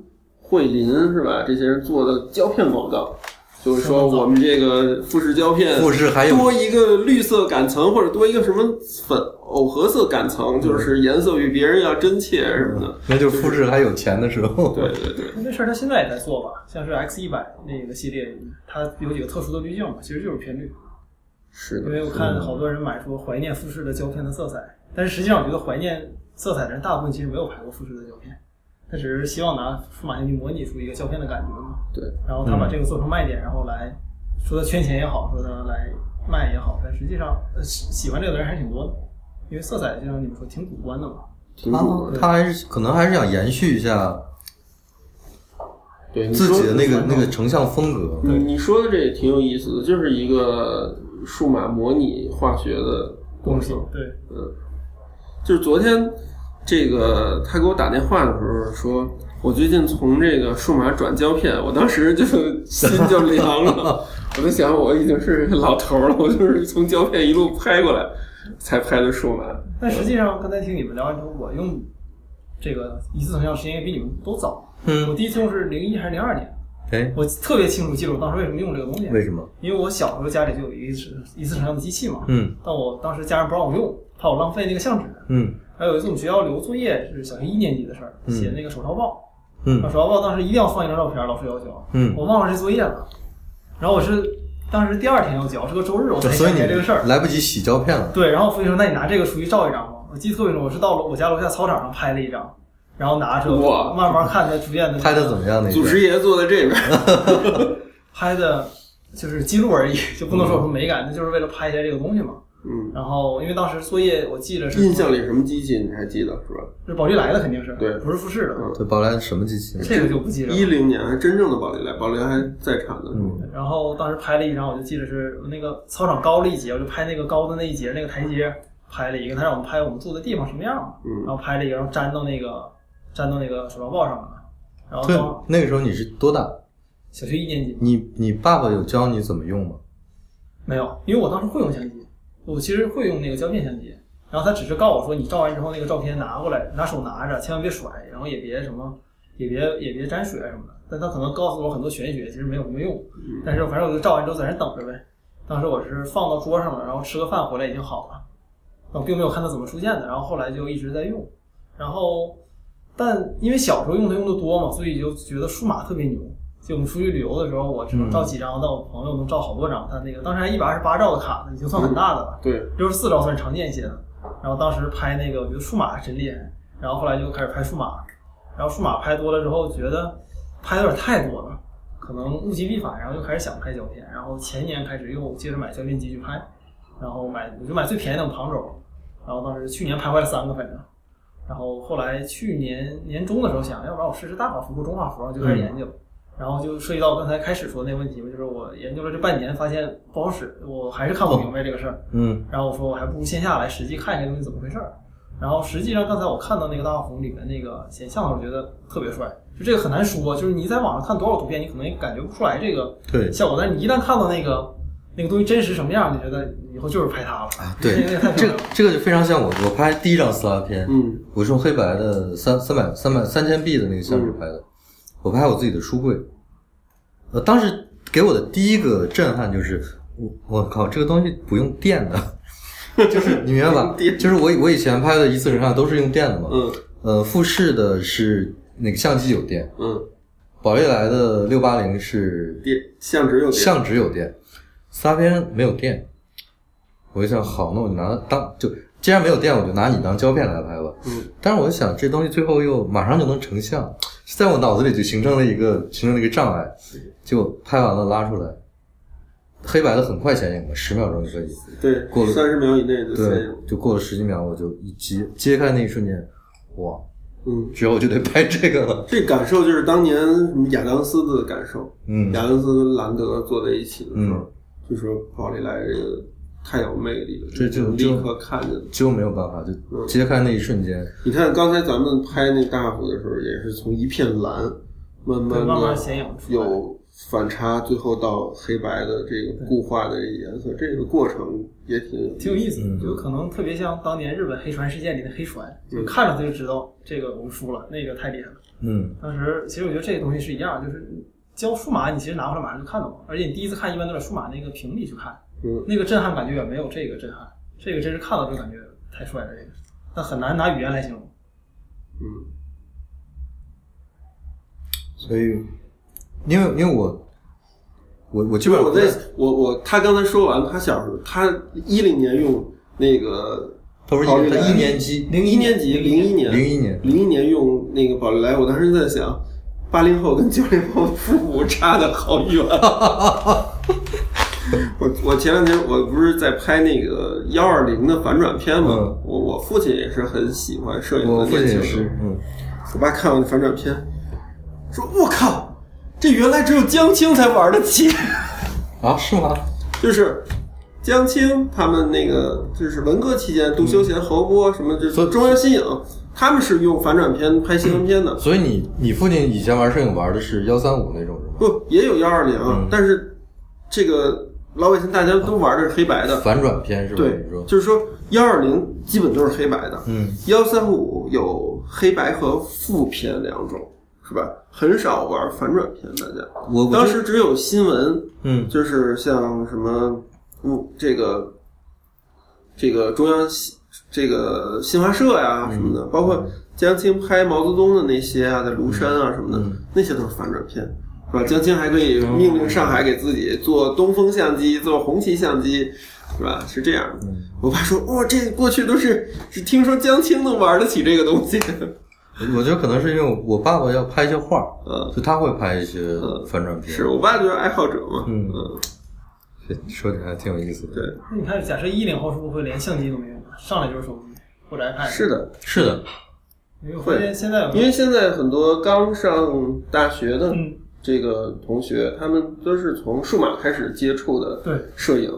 慧琳，是吧？这些人做的胶片广告，就是说我们这个富士胶片，
富士还
嗯
有
多一个绿色感层，或者多一个什么粉藕荷色感
嗯
层，就是颜色比别人要真切什么的。
那就是富士还有钱的时候。
对对对，
那这事儿他现在也在做吧，像是 X 一百那个系列，它有几个特殊的滤镜嘛，其实就是偏绿。
是
嗯
因为我看好多人买说怀念富士的胶片的色彩，但是实际上我觉得怀念色彩的人大部分其实没有拍过富士的胶片，他只是希望拿数码相机模拟出一个胶片的感觉嘛。
对。
然后他把这个做成卖点，然后来说他圈钱也好，说他来卖也好，但实际上呃喜喜欢这个的人还是挺多的，因为色彩就像你们说挺主观的嘛。
挺
他
主观的。
他还是可能还是想延续一下
对你
自
说
己的那个
你
那个成像风格，
你你说的这也挺有意思的，就是一个数码模拟化学的过
东西
程。
对，
就是昨天这个他给我打电话的时候说，我最近从这个数码转胶片，我当时就 心就凉了，我就想我已经是老头儿了，我就是从胶片一路拍过来才拍的数码。
但实际上刚才听你们聊完之后，我用这个一次成像时间也比你们都早。我
嗯，
第一次用是零一还是零二年，
哎，
我特别清楚记住我当时为什么用这个东西，
为什么？
因为我小时候家里就有一次一次成像的机器嘛，
嗯
但我当时家人不让我用，怕我浪费那个相纸。
嗯
还有一次我们学校留作业是小学一年级的事儿，写那个手抄报，那
嗯
手抄报当时一定要放一张照片，老师要求，
嗯，
我忘了这作业了，然后我是当时第二天要交，是个周日我才
所以
想起
你
来这个事儿，
来不及洗胶片了，
对，然后我父亲说：“那你拿这个出去照一张吧。”我记得特别清楚，我是到了我家楼下操场上拍了一张，然后拿着
哇
慢慢看它逐渐的
拍的怎么样？那
祖
个
师爷坐在这边，
拍的，就是记录而已，就不能说有什么美感，那就是为了拍下来这个东西嘛。
嗯，
然后因为当时作业我记着是
印象里什么机器你还记得是吧？
是宝丽来的肯定是，
对嗯
不是富士的，
对，宝莱什么机器？
这个就不记着了。
一零年还真正的宝丽来，宝丽来还在场的时候，
嗯
然后当时拍了一张，我就记得是那个操场高了一截，我就拍那个高的那一节那个台阶，拍了一个。他让我们拍我们住的地方什么样嘛，
嗯
然后拍了一个，然后粘到那个粘到那个手抄报上了。然后
对
当，
那个时候你是多大？
小学一年级
你你爸爸有教你怎么用吗？
没有，因为我当时会用相机，我其实会用那个胶片相机。然后他只是告诉我说，你照完之后那个照片拿过来，拿手拿着，千万别甩，然后也别什么，也别也别沾水啊什么的。但他可能告诉我很多玄学，其实没有什么用。但是反正我就照完之后在那等着呗。当时我是放到桌上了，然后吃个饭回来已经好了，我并没有看它怎么出现的。然后后来就一直在用，然后但因为小时候用它用的多嘛，所以就觉得数码特别牛。就我们出去旅游的时候，我只能照几张，但我朋友能照好多张。他那个当时还一百二十八兆的卡呢，已经算很大的了。
对，
六十四兆算是常见一些的。然后当时拍那个，我觉得数码还真厉害。然后后来就开始拍数码，然后数码拍多了之后，觉得拍的有点太多了，可能物极必反，然后就开始想拍胶片。然后前年开始又接着买胶片机去拍，然后买我就买最便宜的旁轴，然后当时去年拍坏了三个，反正。然后后来去年年中的时候想，要不然我试试大画幅、中画幅，然后就开始研究。然后就涉及到刚才开始说那个问题嘛，就是我研究了这半年，发现不好使，我还是看不明白这个事儿。
嗯
然后我说我还不如线下来实际看一下东西怎么回事儿。然后实际上刚才我看到那个大画幅里面那个显像的时候，我觉得特别帅。就这个很难说，就是你在网上看多少图片，你可能也感觉不出来这个
对
效果，但是你一旦看到那个那个东西真实什么样，你觉得以后就是拍它了。
啊，
那
对
个
这
太，漂亮
个
了。
这个就非常像我我拍第一张撕拉片，
嗯
我是用黑白的三三百三百三千 B 的那个相
嗯
纸拍的，我拍我自己的书柜。呃，当时给我的第一个震撼就是，我我靠，这个东西不用电的， 就是你明白吧？
不用电
就是我以我以前拍的一次成像都是用电的嘛。
嗯
呃，富士的是那个相机有电，
嗯，
宝丽来的六八零是
电相纸有电，
相纸有电，撒片没有电。我就想，好，那我就拿它当就既然没有电，我就拿你当胶片来拍吧。
嗯，
但是我想这东西最后又马上就能成像，在我脑子里就形成了一个形成了一个障碍，就拍完了拉出来，黑白的很快显影了，十秒钟就可以。
对，
过了
三十秒以内就可以
对
了，
就过了十几秒，我就一揭揭开那一瞬间，哇，
嗯。
之后就得拍这个了。
这感受就是当年什么亚当斯的感受，
嗯
亚当斯跟兰德坐在一起的时候，
嗯
就说宝丽来这个太有魅力了，
这就
立刻看见了。
就没有办法，就揭开那一瞬间，
你看刚才咱们拍那大幅的时候，也是从一片蓝，慢
对
慢
慢慢
的
显影出来
有反差，最后到黑白的这个固化的这个颜色，这个过程也挺有意思
挺有意思
嗯
的，就可能特别像当年日本黑船事件里的黑船，就看着他就知道这个我们输了，那个太厉害了。
嗯，
当时其实我觉得这些东西是一样，就是教数码，你其实拿过来马上就看到了，而且你第一次看一般都在数码那个屏里去看，
嗯
那个震撼感觉远没有这个震撼。这个真是看到就感觉太帅了，这个，但很难拿语言来形容。
嗯
所以，因为因为我我我基本上
我在我我他刚才说完，他小时候他一零年用那个
他不是
考虑
他
来
一年级，
零一年级，零一年，
零一年，
零一年用那个宝丽来，我当时在想，八零后跟九零后父母差的好远。我我前两天我不是在拍那个幺二零的反转片嘛，
嗯
我我父亲也是很喜欢摄影
我
的
父亲
年轻
也
人，
是，嗯，
我爸看我的反转片，说我靠，这原来只有江青才玩得起。
啊，是吗？
就是江青他们那个，就是文革期间，杜修贤、侯波什么，就
所
是中央新影，他们是用反转片拍新闻片的，
所以你你父亲以前玩摄影玩的是幺三五那种是吗？
不也有幺二
嗯
零，啊但是这个老百姓大家都玩的是黑白的，
反转嗯片是吧？
对
你说，，
就是说幺二零基本都是黑白的，
嗯，
幺三五有黑白和负片两种，是吧？很少玩反转片，大家
我我
当
就
时只有新闻
嗯
就是像什么，嗯，这个这个中央新这个新华社呀、什么的，包括江青拍毛泽东的那些啊，在庐山啊什么的，那些都是反转片，是吧？江青还可以命令上海给自己做东风相机，做红旗相机。是吧？是这样的。我爸说：“哇、这过去都是只听说江青能玩得起这个东西。
我觉得可能是因为我爸爸要拍一些画儿”，
嗯，
就他会拍一些反转片，
是我爸就是爱好者嘛。
嗯
嗯，
这说起来还挺有意思的。
对，
那你看，假设一零后是不是会连相机都没有，啊上来就是手机或者 iPad？
是的。
是的，
因为我发现现在有
因为现在很多刚上大学的
嗯，
这个同学，他们都是从数码开始接触的
对，
摄影，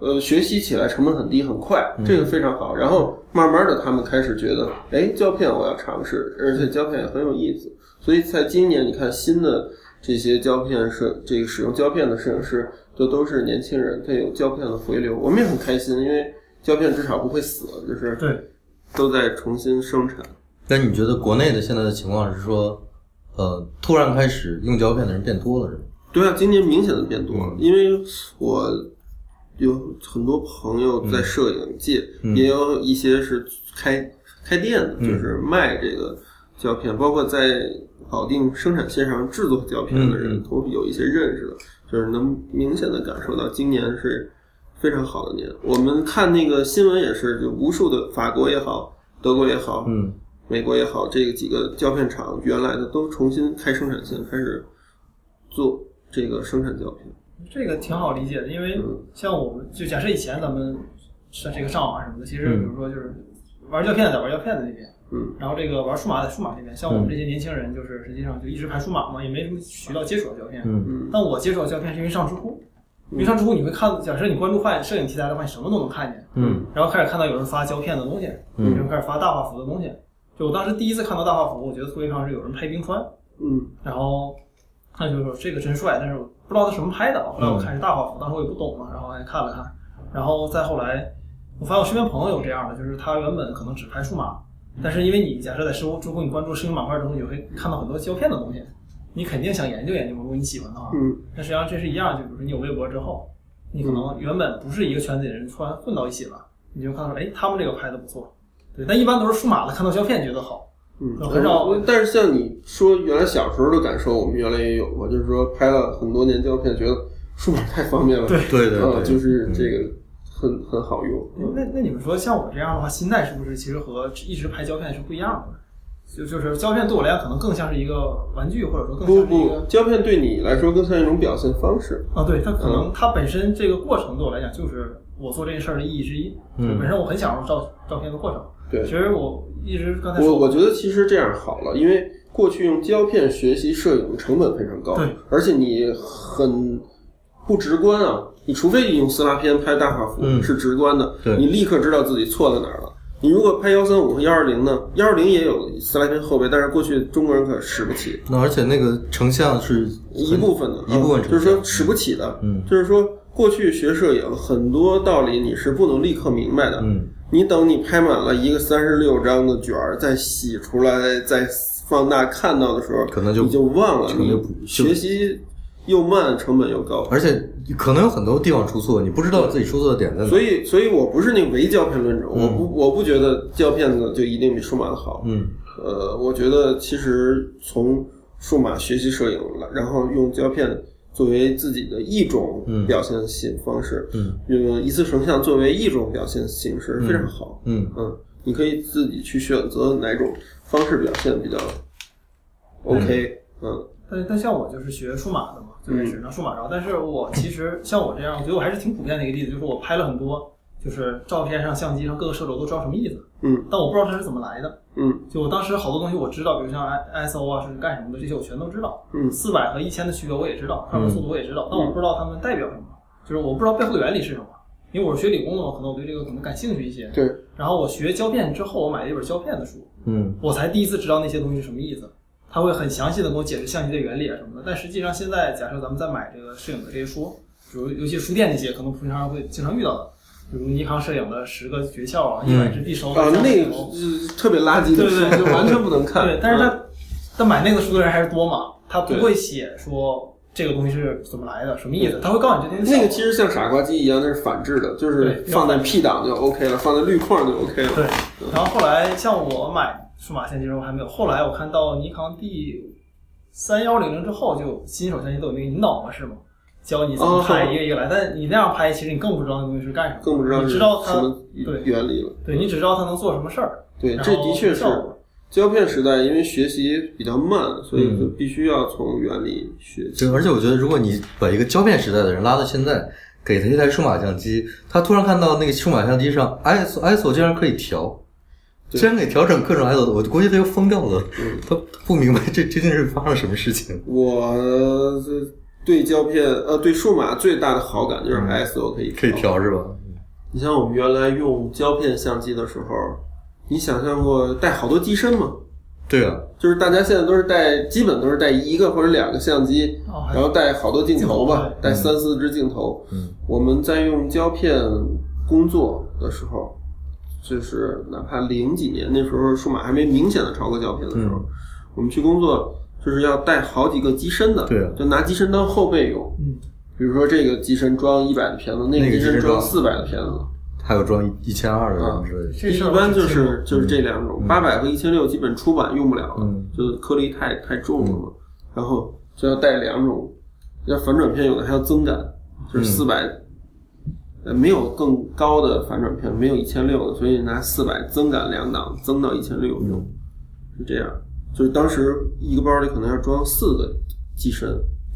呃，学习起来成本很低，很快，这个非常好。然后慢慢的，他们开始觉得，哎，胶片我要尝试，而且胶片也很有意思，所以在今年你看新的这些胶片摄，这个使用胶片的摄影师，就都是年轻人，他有胶片的回流，我们也很开心，因为胶片至少不会死，就是
对
都在重新生产。
那你觉得国内的现在的情况是说，呃，突然开始用胶片的人变多了是吗？
对啊，今年明显的变多了，因为我有很多朋友在摄影界，也有一些是开开店的，就是卖这个胶片，包括在保定生产线上制作胶片的人，都有一些认识的，就是能明显的感受到今年是非常好的年。我们看那个新闻也是，就无数的法国也好，德国也好，
嗯，
美国也好，这个几个胶片厂原来的都重新开生产线，开始做这个生产胶片。
这个挺好理解的，因为
嗯
像我们就假设以前咱们上这个上网啊什么的，其实
嗯
比如说就是玩胶片在玩胶片的那边，
嗯，
然后这个玩数码在数码那边，像我们这些年轻人就是实际上就一直拍数码嘛，也没什么渠道接触到胶片。
嗯
嗯
但我接触到胶片是因为上知乎，因为上知乎你会看，假设你关注画摄影题材的话，你什么都能看见。
嗯
然后开始看到有人发胶片的东西，
嗯
有人开始发大画幅的东西。就我当时第一次看到大画幅，我觉得特别像是有人拍冰川，
嗯
然后看就说这个真帅，但是我不知道他什么拍的。后来我看是大画幅，当时我也不懂嘛，然后还看了看，然后再后来，我发现我身边朋友有这样的，就是他原本可能只拍数码，但是因为你假设在知乎知乎你关注摄影板块之后，你会看到很多胶片的东西，你肯定想研究研究嘛，如果你喜欢的话。
嗯
但实际上这是一样，就比如说你有微博之后，你可能原本不是一个圈子里的人，突然混到一起了，你就看到说，哎，他们这个拍的不错。对，但一般都是数码的，看到胶片觉得好。
嗯，
嗯
很少。但是像你说，原来小时候的感受，我们原来也有过，就是说拍了很多年胶片，觉得数码太方便了，
对
对对
啊，
对，
就是这个很很好用。
那那你们说，像我这样的话，心态是不是其实和一直拍胶片是不一样的？就就是胶片对我来讲，可能更像是一个玩具，或者说更像
不
是一
不
个，
胶片对你来说更像一种表现方式。
啊，对，它可
嗯
能它本身这个过程对我来讲，就是我做这件事儿的意义之一。
嗯
就本身我很享受照照片的过程。
对
其实我一直刚才
我
说，
我觉得其实这样好了，因为过去用胶片学习摄影成本非常高，
对，
而且你很不直观啊。你除非你用撕拉片拍大画幅、
嗯
是直观的，
对
你立刻知道自己错在哪儿了。你如果拍幺三五和幺二零呢？幺二零也有撕拉片后背，但是过去中国人可使不起
那而且那个成像是很
一部分的，
一部分
啊
成像
就是说使不起的，
嗯
就是说过去学摄影很多道理你是不能立刻明白的，
嗯
你等你拍满了一个三十六张的卷儿，再洗出来，再放大看到的时候，
可能就
你就忘了，
可能
你
就不就
学习又慢，成本又高。
而且可能有很多地方出错，你不知道自己出错的点在哪。
所以，所以我不是那个唯胶片论者，我不，我不觉得胶片的就一定比数码的好。
嗯
呃，我觉得其实从数码学习摄影，然后用胶片作为自己的一种
嗯
表现形方式，
嗯
用一次成像作为一种表现形式非常好。
嗯
嗯，你可以自己去选择哪种方式表现比较 OK。嗯
但但像我就是学数码的嘛，最开始那数码然后，但是我其实像我这样，我觉得我还是挺普遍的一个例子，就是我拍了很多，就是照片上、相机上各个摄轴都知道什么意思，
嗯，
但我不知道它是怎么来的。
嗯
就我当时好多东西我知道，比如像 I ISO 啊，甚至干什么的这些我全都知道，
嗯
四百和一千的区别我也知道，快门速度我也知道，但我不知道它们代表什么，就是我不知道背后的原理是什么。因为我是学理工的嘛，可能我对这个可能感兴趣一些。
对。
然后我学胶片之后，我买了一本胶片的书，
嗯
我才第一次知道那些东西是什么意思。他会很详细的给我解释相机的原理啊什么的。但实际上，现在假设咱们在买这个摄影的这些书，比如尤其书店那些，可能平常会经常遇到的，比如尼康摄影的十个诀窍啊，一
嗯
百支必收
啊，那个
对
是特别垃圾的
对
书，
对
就完全不能看。
对，但
嗯
是他但买那个书的人还是多嘛，他不
对
会写说这个东西是怎么来的，什么意思，他会告诉你这东西
那个
效
其实像傻瓜机一样，那是反制的，就是
对
放在 P 档就 OK 了，放在绿框就 OK 了。
对果然后后来像我买数码相机的时候还没有，后来我看到尼康 D 三幺零零之后，就新手相机都有那个引导模式嘛，教你怎么
哦
拍一个一个来。但你那样拍，其实你更不知道那东西是干什么的，
更不知道
你
是
知道
什
它，
么
对
原理了。
对你只知道它能做什么事儿。
对，
然
这
后
的确是
效果
胶片时代，因为学习比较慢，所以
嗯
就必须要从原理学起。
对，而且我觉得，如果你把一个胶片时代的人拉到现在，给他一台数码相机，他突然看到那个数码相机上 ISO ISO 竟然可以调，
对
竟然可以调整各种 ISO，我就估计他就疯掉了，
嗯
他他不明白这究竟是发生了什么事情。
我这对胶片呃对数码最大的好感就是
嗯
ISO 可以
可以调是吧？
哦你像我们原来用胶片相机的时候，你想象过带好多机身吗？
对啊，
就是大家现在都是带，基本都是带一个或者两个相机，
哦还
然后带好多镜头吧
镜头，
带三四支镜头。
嗯，
我们在用胶片工作的时候，就是哪怕零几年那时候数码还没明显的超过胶片的时候，我们去工作就是要带好几个机身的，
对啊
就拿机身当后备用。
嗯，
比如说这个机身装一百的片子，那个
那个
机
机
身
身
装
装
四百的片子。
还有装一千二的什么之类的。
这事
一
儿
般就
我听过
是就是这两种，八百和一千六基本出版用不了了，
嗯
就是颗粒太太重了嘛。然后就要带两种，要反转片有的还要增感，就是四百、呃，没有更高的反转片，没有一千六的，所以拿四百增感两档，增到一千六
嗯
用，是这样。就是当时一个包里可能要装四个机身，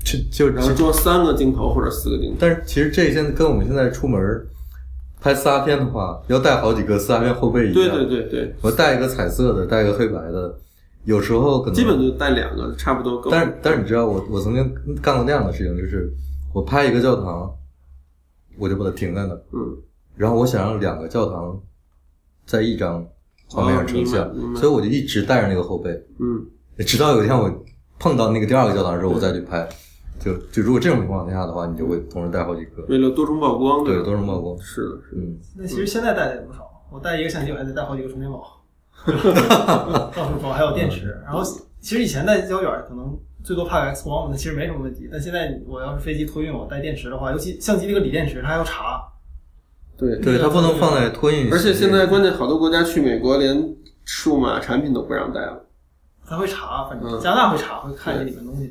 这就
然后装三个镜头或者四个镜头。
但是其实这现在跟我们现在出门儿拍四 R 片的话，要带好几个四 R 片后背一样。
对对对对，
我带一个彩色的，带一个黑白的，有时候可能
基本就带两个，差不多够。
但是但是你知道我我曾经干过那样的事情，就是我拍一个教堂，我就把它停在那儿，
嗯，
然后我想让两个教堂在一张画面上呈现，
哦明白明白
所以我就一直带着那个后背，
嗯
直到有一天我碰到那个第二个教堂之后，我再去拍。就就如果这种情况下的话，你就会同时带好几个，
为了多重曝光，
对，
吧
都是曝光。
哦是的，是的。
嗯，
那其实现在带的也不少，我带一个相机，我还得带好几个充电宝，到处装，还有电池。然后其实以前带胶卷可能最多怕个 X 光，那其实没什么问题。但现在我要是飞机托运，我带电池的话，尤其相机这个锂电池，它还要查。
对，
对，它不能放在托运。
而且现在，关键好多国家去美国连数码产品都不让带了。
它会查，反
嗯
正加拿大会查，会看这里面东西。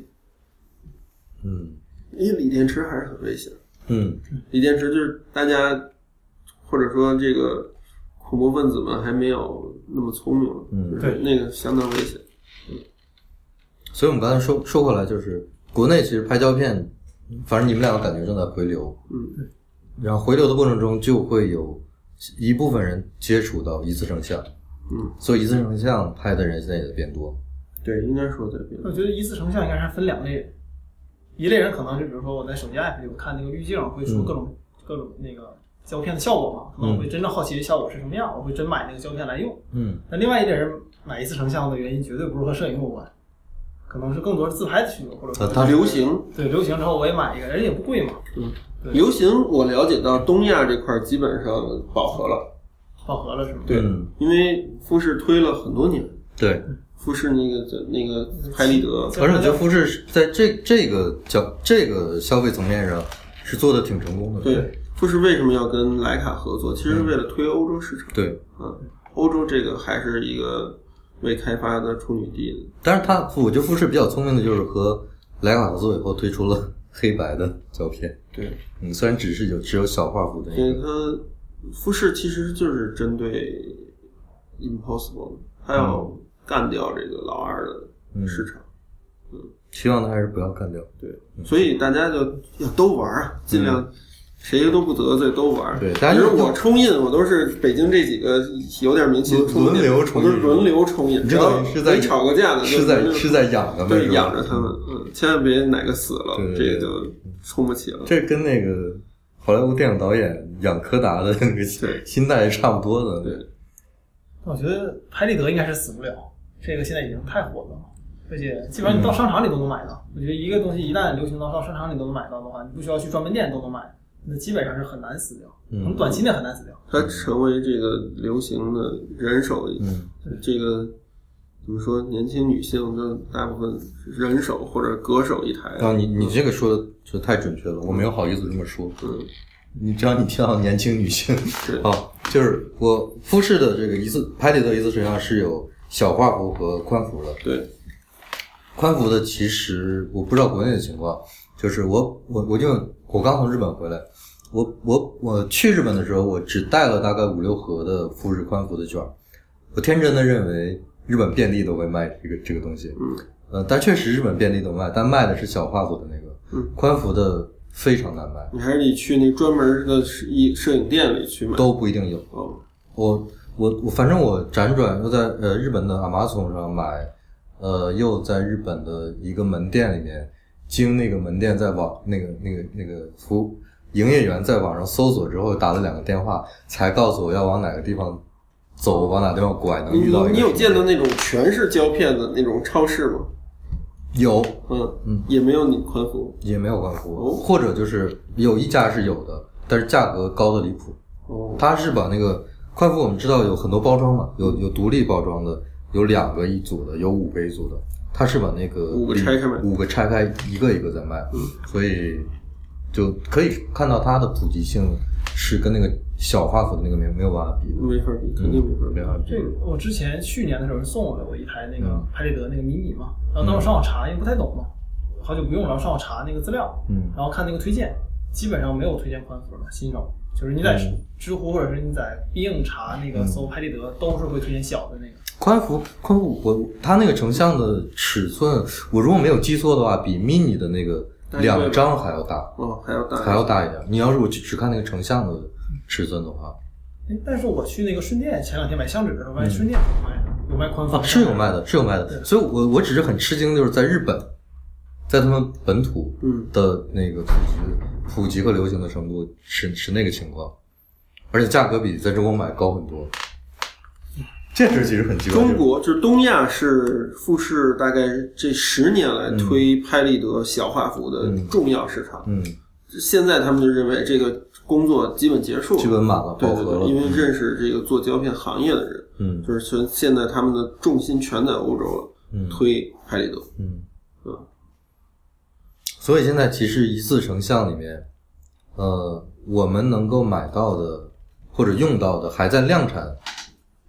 嗯
因为锂电池还是很危险，
嗯，
锂电池就是大家或者说这个恐怖分子们还没有那么聪明了，
嗯
就是那个相当危险。
所以我们刚才说说回来，就是国内其实拍胶片，反正你们两个感觉正在回流，
嗯，
然后回流的过程中就会有一部分人接触到一次成像，
嗯，
所以一次成像拍的人现在也在变多，
对，应该说在变。
我觉得一次成像应该是分两类人，一类人可能就比如说我在手机 app 里我看那个滤镜会说各种、各种那个胶片的效果嘛，可能我会真正好奇这效果是什么样，我会真买那个胶片来用。
嗯
那另外一类人买一次成像的原因，绝对不是和摄影有关，可能是更多是自拍的需求，或者说
啊当然
流行，
对流行之后我也买一个，人也不贵嘛，对
流行我了解到东亚这块儿基本上饱和了，
饱和了是吗？
对
嗯
因为富士推了很多年，
对，
富士那个那个拍立得，
而且我觉得富士是在这这个角这个消费层面上是做的挺成功的，
对，富士为什么要跟徕卡合作？其实是为了推欧洲市场。
嗯对，
嗯，欧洲这个还是一个未开发的处女地。
但是它我觉得富士比较聪明的就是和徕卡合作以后推出了黑白的胶片。
对，
嗯，虽然只是有只有小画幅的一
对
个，
它复试其实就是针对 Impossible，它要干掉这个老二的市场，
希望他还是不要干掉。嗯
对，所以大家就要都玩儿，尽量谁都不得罪，都玩儿。
对但是
比如我冲印，我都是北京这几个有点名气的冲印，
轮轮流冲印
我都是轮流冲印，
你
只
这
要
等于是在
没吵过架的，
是
就
在
轮流
是在养着
对
们，
养着他们，嗯，千万别哪个死了，
对对
这
对
个就冲不起了。
这跟那个好莱坞电影导演养柯达的那个
对
心态是差不多的。
对
我觉得拍立得应该是死不了，这个现在已经太火了，而且基本上
嗯
你到商场里都能买到。我觉得一个东西一旦流行到到商场里都能买到的话，你不需要去专门店都能买，那基本上是很难死掉，
嗯
很短期内很难死掉。
它成为这个流行的人手，
嗯
这个怎么说？年轻女性的大部分人手或者隔手一台，
啊，你你这个说的就太准确了，我没有好意思这么说。
嗯，
你只要你听到年轻女性，
对
啊，就是我复试的这个一次拍立得一次实际上是有小画幅和宽幅的。
对，
宽幅的其实我不知道国内的情况，就是我我我就我刚从日本回来，我我我去日本的时候，我只带了大概五六盒的富士宽幅的券儿，我天真的认为日本遍地都会卖这个这个东西，
嗯，
呃，但确实日本遍地都卖，但卖的是小画幅的那个，
嗯，
宽幅的非常难卖，
你还是得去那专门的摄一摄影店里去买。
都不一定有。
哦，
我我我，反正我辗转又在呃日本的 Amazon 上买，呃，又在日本的一个门店里面，经那个门店在网那个那个那个服务营业员在网上搜索之后打了两个电话，才告诉我要往哪个地方走，往哪个地方拐，能
你
啊遇
你
到一个
你
什
有
么
见到那种全是胶片的那种超市吗？
有
嗯
嗯，
也没有你宽幅。
也没有关
哦
乎，或者就是有一家是有的，但是价格高的离谱。
哦，
它是把那个快付，我们知道有很多包装嘛，有有独立包装的，有两个一组的，有五个一组的。它是把那个
五个拆开卖
五个拆开一个一个在卖，嗯所以就可以看到它的普及性是跟那个小画幅的那个没没有办法比的，嗯
没法比，肯定没法比。
没办法比
这。个我之前去年的时候送了我一台那
嗯
个拍立得那个迷你嘛，然后当时上网查，因为不太懂嘛，好久不用了，然后上网查那个资料，
嗯
然后看那个推荐，基本上没有推荐宽幅的新手，就是你在
嗯
知乎或者是你在 Bing 查那个搜拍立得，都是会推荐小的那个。
宽幅宽幅，我它那个成像的尺寸，我如果没有记错的话，比 mini 的那个
大一倍吧
两张还要大，
哦，还要大，
还要大一点。你要是我只只看那个成像的尺寸的话，
哎，但是我去那个顺电前两天买相纸的时候，发现顺电有卖的，有卖宽幅、
嗯啊，是有卖的，是有卖
对
的。所以我我只是很吃惊，就是在日本，在他们本土
嗯
的那个普及、普及和流行的程度是是那个情况，而且价格比在中国买高很多。这事儿其实很奇怪。
中国就是东亚是富士大概这十年来推拍立得小画幅的重要市场。
嗯，
现在他们就认为这个工作基本结束了，
基本满了，
对
饱
对
和了
对，。因为认识这个做胶片行业的人，
嗯
就是全现在他们的重心全在欧洲了，
嗯
推拍立得。
嗯
嗯，
所以现在其实一次成像里面，呃，我们能够买到的或者用到的还在量产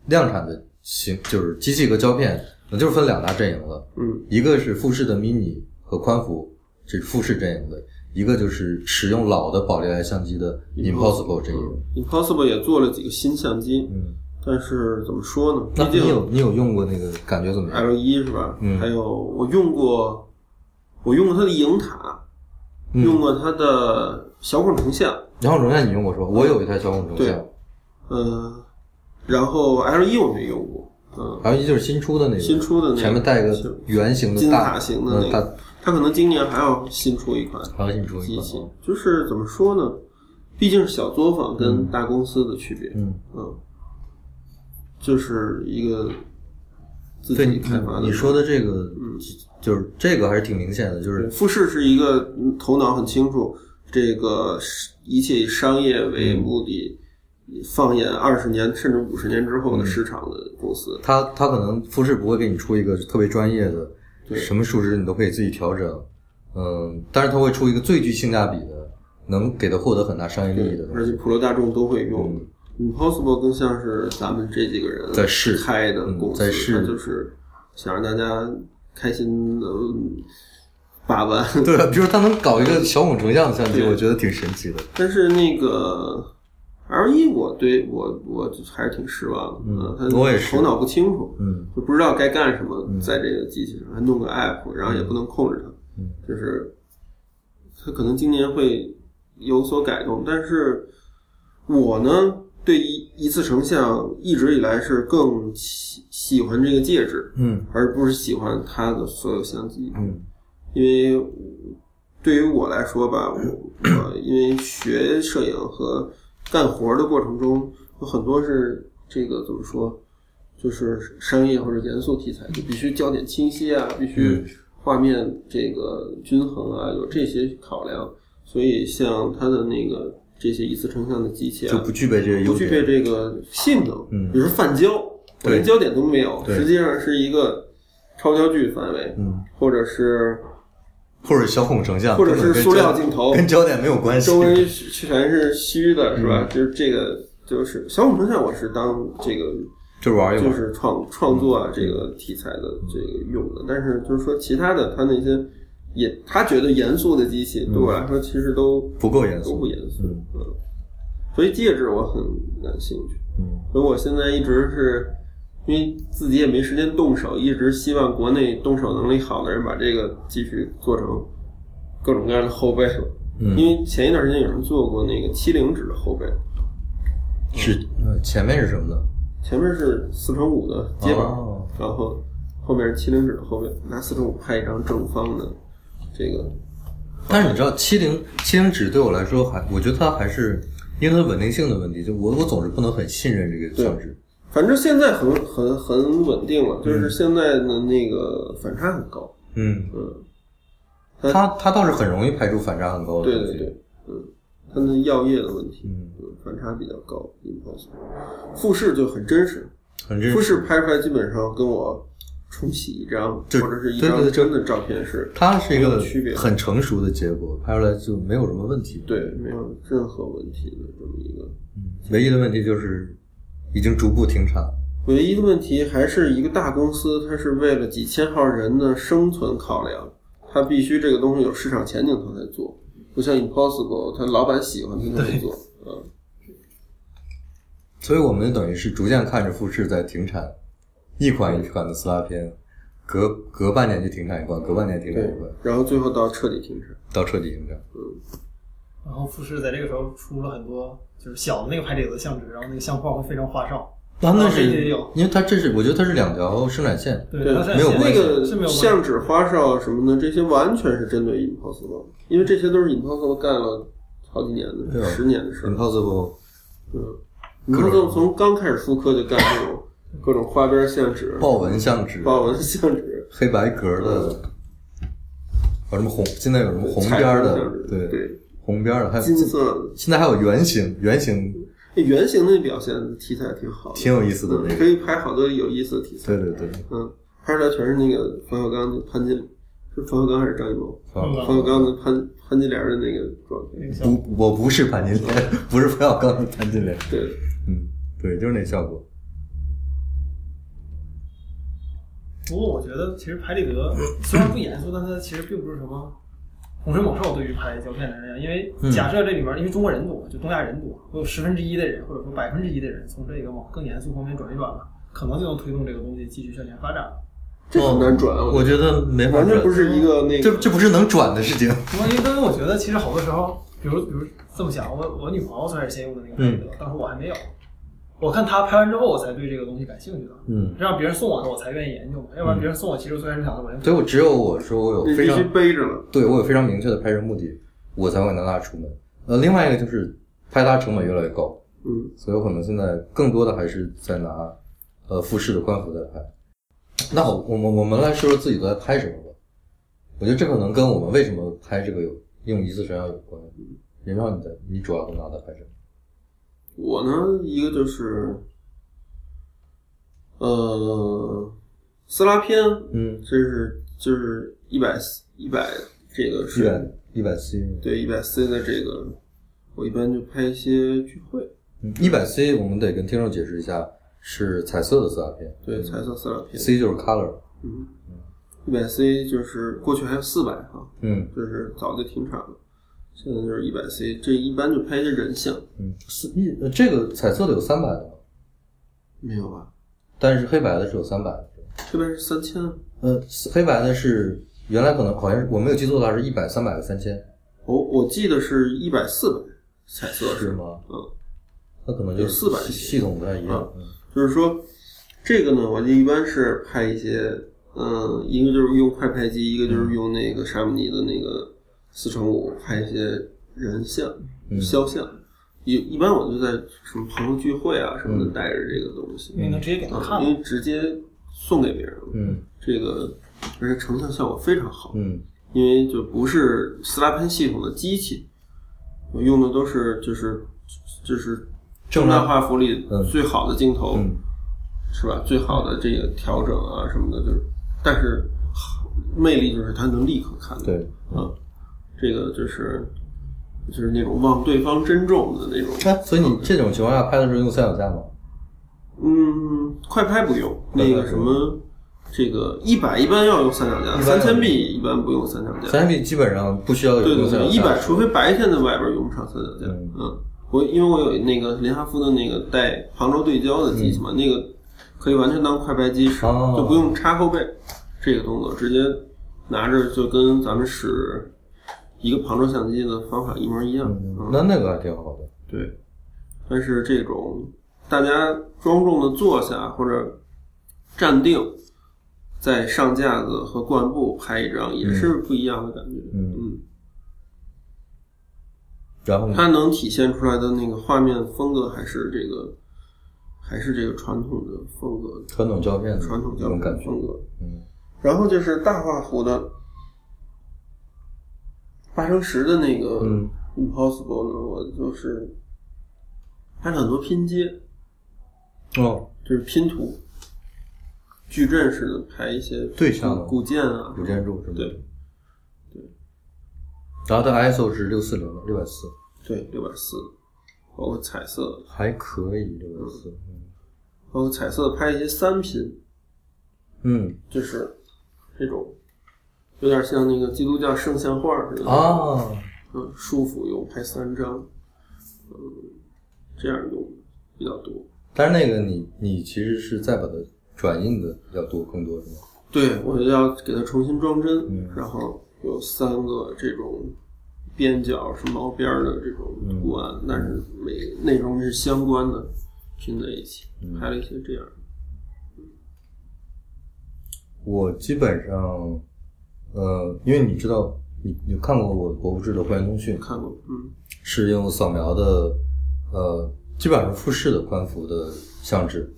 量产的型，就是机器和胶片，那就是分两大阵营了。
嗯，
一个是富士的 mini 和宽幅，这是富士阵营的；一个就是使用老的宝丽来相机的 Impossible 阵营。
嗯 Impossible 也做了几个新相机，
嗯，
但是怎么说呢？
那
毕
你
竟
有你有用过那个感觉怎么样？
L 一是吧？
嗯
还有我用过，我用过它的影塔，
嗯
用过它的小孔成像，
然后荣耀你用过是吧？我有一台小孔成像
对，嗯，然后 L 一我没用过，嗯，
还有一就是新出的那个，
新出的那个
前面带一个圆形的
金
大
塔型的那
呃
个
大，
它可能今年还要新出一款
还有新出一
机
款
器，就是怎么说呢？毕竟是小作坊跟大公司的区别，
嗯
嗯，就是一个自
对
己
你
开发的。嗯
你说的这个，就是这个还是挺明显的，就是
富士是一个嗯头脑很清楚，这个是一切以商业为
嗯
目的，放眼二十年甚至五十年之后
嗯
的市场的公司。
它它可能复试不会给你出一个特别专业的，
对
什么数值你都可以自己调整，嗯，但是它会出一个最具性价比的，能给它获得很大商业利益的东
而
西。
且普罗大众都会用。Impossible 更像是咱们这几个人啊
在试
开的公司，
嗯在试
它就是想让大家开心的呃嗯把玩。
对，比如他能搞一个小孔成像相机，
对
我觉得挺神奇的。
但是那个 L 一，我对我我还是挺失望的。呃
嗯
他
我也是
头脑不清楚，
嗯
就不知道该干什么，在这个机器上还弄个 app，然后也不能控制它，
嗯
就是它可能今年会有所改动，但是我呢对一一次成像一直以来是更喜喜欢这个介质，
嗯
而不是喜欢它的所有相机，
嗯
因为对于我来说吧，我我因为学摄影和干活的过程中，有很多是这个怎么说，就是商业或者严肃题材，就必须焦点清晰啊，必
嗯
须画面这个均衡啊，有这些考量。所以像它的那个这些一次成像的机器
就
啊，
不具备这个
不
优
具
点。
备这个性能，
嗯
比如说泛焦，我连
对
焦点都没有，
对
实际上是一个超焦距范围，
嗯，
或者是
或者小孔成像，
或者
根
是
本跟
塑料
焦
镜头，
跟焦点没有关系。
周围全是虚
嗯
的，是吧？就是这个，就是小孔成像，我是当这个
就玩一玩。
就是创创作啊这个题材的这个用的，但是就是说其他的，他那些也他觉得严肃的机器，对我来说其实都
嗯不够严
都
肃
不严肃，
嗯
嗯，所以介质我很感兴趣。
嗯
所以我现在一直是因为自己也没时间动手，一直希望国内动手能力好的人把这个继续做成各种各样的后背。
嗯
因为前一段时间有人做过那个七零指的后背，
是呃前面是什么呢？
前面是四乘五的接板，
哦
然后后面是七零指的后背，拿四乘五拍一张正方的这个，
但是你知道，七零七零指对我来说还，我觉得它还是因为它稳定性的问题，就我我总是不能很信任这个相纸。
反正现在很很很稳定了，就是现在的那个反差很高，
嗯，
嗯。
它它倒是很容易拍出反差很高的
对
东
嗯对
西。
对，嗯，它的药液的问题，
嗯，
反差比较高，impulse，复试就很真实，
很真
复
实。
试拍出来基本上跟我冲洗一张
就
或者是一
对对
张
对
真的照片是，
它是一
没
个
有区别
很成熟的结果，拍出来就没有什么问题。嗯
对，没有任何问题的这么一个。
唯一的问题就是已经逐步停产。
唯一的问题还是一个大公司，它是为了几千号人的生存考量，它必须这个东西有市场前景，它才做。不像 Impossible，它老板喜欢它就会做，嗯，
所以我们等于是逐渐看着富士在停产，一款一款的撕拉片，隔隔半年就停产一款，隔半年停产
对
一款，。
然后最后到彻底停产，
到彻底停产。
然后富士在这个时候出了很多就是小的那个牌里的相纸，然后那个相框会非常花哨。
那那是
啊这也有
因为它这是我觉得它是两条生产线，
对
对
它是
没有
显
关
那
系
个
是没有关系
相纸、花哨什么的，这些完全是针对 Impossible，因为这些都是 Impossible 干了好几年
对
的、
啊
十年的事儿。
Impossible，
嗯，Impossible 从刚开始复刻就干这种各种花边相纸、
豹纹相纸，
豹纹相纸、
黑白格的，有什么红？现在有什么红
彩
边儿
虹
的
相纸？
对，
对，
红边儿的，还有
金色的
现在还有圆形，圆形
那圆形的表现题材挺好的，
挺有意思的
嗯
那
可
个。
以拍好多有意思的题材。
对对对，
嗯，拍出来全是那个冯小刚的潘金，是冯小刚还是张艺谋？
啊
冯小刚的潘潘金莲的那个照片，
那个相
不，我不是潘金莲， 不是冯小刚的潘金莲。
对。
嗯，对，就是那效果。
不过我觉得其实拍立得虽然不严肃，但它其实并不是什么洪水猛兽对于拍胶片来讲，因为假设这里面因为中国人多，就东亚人多，会有十分之一的人或者说百分之一的人从这个往更严肃方面转一转了，可能就能推动这个东西继续向前发展了。
这很难转，啊
我觉得没法
完全
转
不，是一个那
这
个，
这不是能转的事情。
因为因为我觉得其实好多时候，比如比如这么想，我我女朋友最开始先用的那个拍立得，当时我还没有，我看她拍完之后，我才对这个东西感兴趣的。
嗯，
让别人送我的，我才愿意研究嘛。要不然别人送我，其实最开始想的我连
所以我只有我说我有
你
非
必
常
须背着了。
对我有非常明确的拍摄目的，我才会拿它出门。呃，另外一个就是拍它成本越来越高，
嗯，
所以我可能现在更多的还是在拿呃复试的官服在拍。那好，我们我们来说说自己都在拍什么吧。我觉得这可能跟我们为什么拍这个有用一次神像有关。人让你的，你主要都拿它拍什么？
我呢，一个就是，呃，撕拉片，
嗯，
这是就是一百一百这个
一
是
百一百 C，
对一百 C 的这个，我一般就拍一些聚会，
一百 C 我们得跟听众解释一下，是彩色的色拉片，
对彩色撕拉片，
C 就是 color，
嗯，一百 C 就是过去还有四百哈，
嗯
就是早就停产了，现在就是一百 C，这一般就拍一些人像，
嗯，是一呃这个彩色的有三百的，
没有吧？
但是黑白的是有三百的。
这边是三千，啊
呃，黑白的是原来可能好像是我没有记错的话是一百、三百和三千，
我哦我记得是一百四百彩色
是吗？
嗯，
那可能就是
400
系系统不太一样。嗯
就是说这个呢，我就一般是拍一些，嗯，一个就是用快拍机，一个就是用那个沙姆尼的那个四乘五拍一些人像、肖像。一一般我就在什么朋友聚会啊什么的带着这个东西，
因为能直接给他
啊，
看
因
了。
为直接送给别人，
嗯
这个而且成像效果非常好，
嗯
因为就不是斯拉潘系统的机器，我用的都是就是就是正
正常
大画幅里
嗯
最好的镜头，
嗯
是吧？最好的这个调整啊什么的，就是但是好魅力就是它能立刻看到，
对，
啊，这个就是就是那种望对方珍重的那种，
哎，所以你这种情况下拍的时候用三脚架吗？
嗯，快拍不用，
快拍
那个
不
什
用
么。这个一百一般要用三脚架，
一般要
三
用
千 B 一般不用三脚架，
三 B 基本上不需要有
对
用
对
三
对，
脚
一
架
百，。除非白天在外边用不上三脚架。
嗯
嗯，我因为我有那个林哈夫的那个带旁轴对焦的机器嘛，那个可以完全当快拍机使，
哦
就不用插后背这个动作，直接拿着就跟咱们使一个旁轴相机的方法一模一样。
嗯那那个还挺好的。
对，但是这种大家庄重的坐下或者站定，在上架子和灌布拍一张，也是不一样的感觉。
嗯
嗯
然后呢？
它能体现出来的那个画面风格还是这个，还是这个传统的风格，
传统胶片的
传统
那
胶
种
片
感
的
觉，
风格。
嗯
然后就是大画幅的八乘十的那个
嗯
Impossible 呢，我就是拍了很多拼接，
哦，
就是拼图，矩阵式的拍一些
对象
古建啊，
古建筑是吗？
对
然后它 ISO 是六四零，六百四，
对六百四，包括彩色，
还可以，六百四。
包括彩色拍一些三拼，
嗯
就是这种有点像那个基督教圣像画似的，
啊，
嗯，束缚用拍三张，嗯，这样用比较多。
但是那个你你其实是再把它转印的要多更多是吗？
对，我就要给它重新装帧，然后有三个这种边角是毛边儿的这种图案，但是每内容是相关的，拼在一起，拍了一些这样。
我基本上，呃，因为你知道，你你看过我博物志的还原通讯，
看过，嗯
是用扫描的，呃，基本上是复式的宽幅的相纸，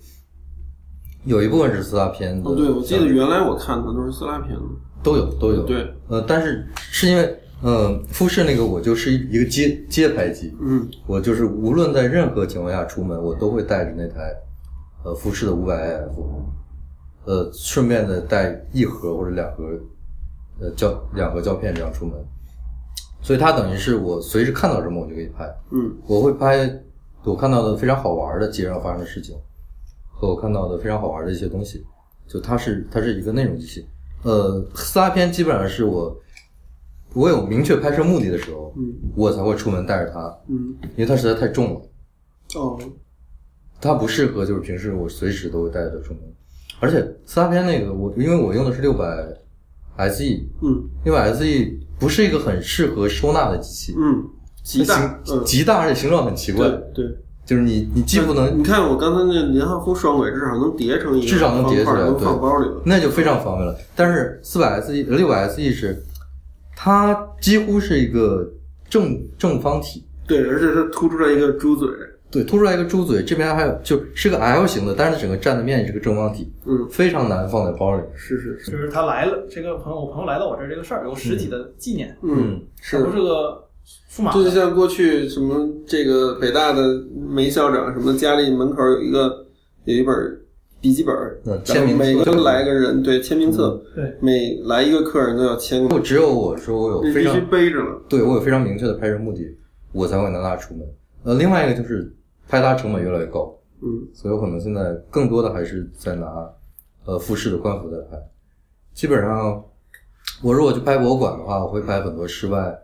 有一部分是四大片的，
哦，对，我记得原来我看的都是斯拉片的，
都有都有，
对，
呃，但是是因为，呃，复式那个我就是一个街街拍机，
嗯
我就是无论在任何情况下出门，我都会带着那台，呃，富士的五百 AF，呃，顺便的带一盒或者两盒，呃，胶两盒胶片这样出门，所以它等于是我随时看到什么我就可以拍，
嗯
我会拍我看到的非常好玩的街上发生的事情，和我看到的非常好玩的一些东西，就它是它是一个内容机器，呃，四大片基本上是我。我有明确拍摄目的的时候，
嗯
我才会出门带着它，
嗯，
因为它实在太重了，
哦，
它不适合就是平时我随时都会带着出门。而且四大片那个我，因为我用的是六百 SE，
嗯。
六百 SE 不是一个很适合收纳的机器，
嗯，极大
它，形
嗯，
极大，而且形状很奇怪，
对对，
就是你你既不能
你看我刚才那林汉夫双轨，至少能叠成一个，
至少能叠起来
能放
对
包里了。
那就非常方便了。但是四百 SE、六百 SE 是它几乎是一个正正方体，
对，而且它凸出来一个猪嘴，
对，凸出来一个猪嘴，这边还有就是个 L 型的，但是它整个占的面积是个正方体，
嗯，
非常难放在包里。
是是是，
就是他来了，这个朋友，我朋友来到我这儿这个事儿有实体的纪念，
嗯，
它不
是。
是个数码
这就
的。
像过去什么这个北大的梅校长什么的，家里门口有一个有一本笔记本，
嗯
然后
签名册
每个都来个人对签名册，
对，
每来一个客人都要签，
我只有我说我
你
有非
必须
常
背着了。
对我有非常明确的拍摄目的，我才会拿它出门。呃，另外一个就是拍它成本越来越高，
嗯
所以我可能现在更多的还是在拿呃复式的官服在拍。基本上我如果去拍博物馆的话，我会拍很多室外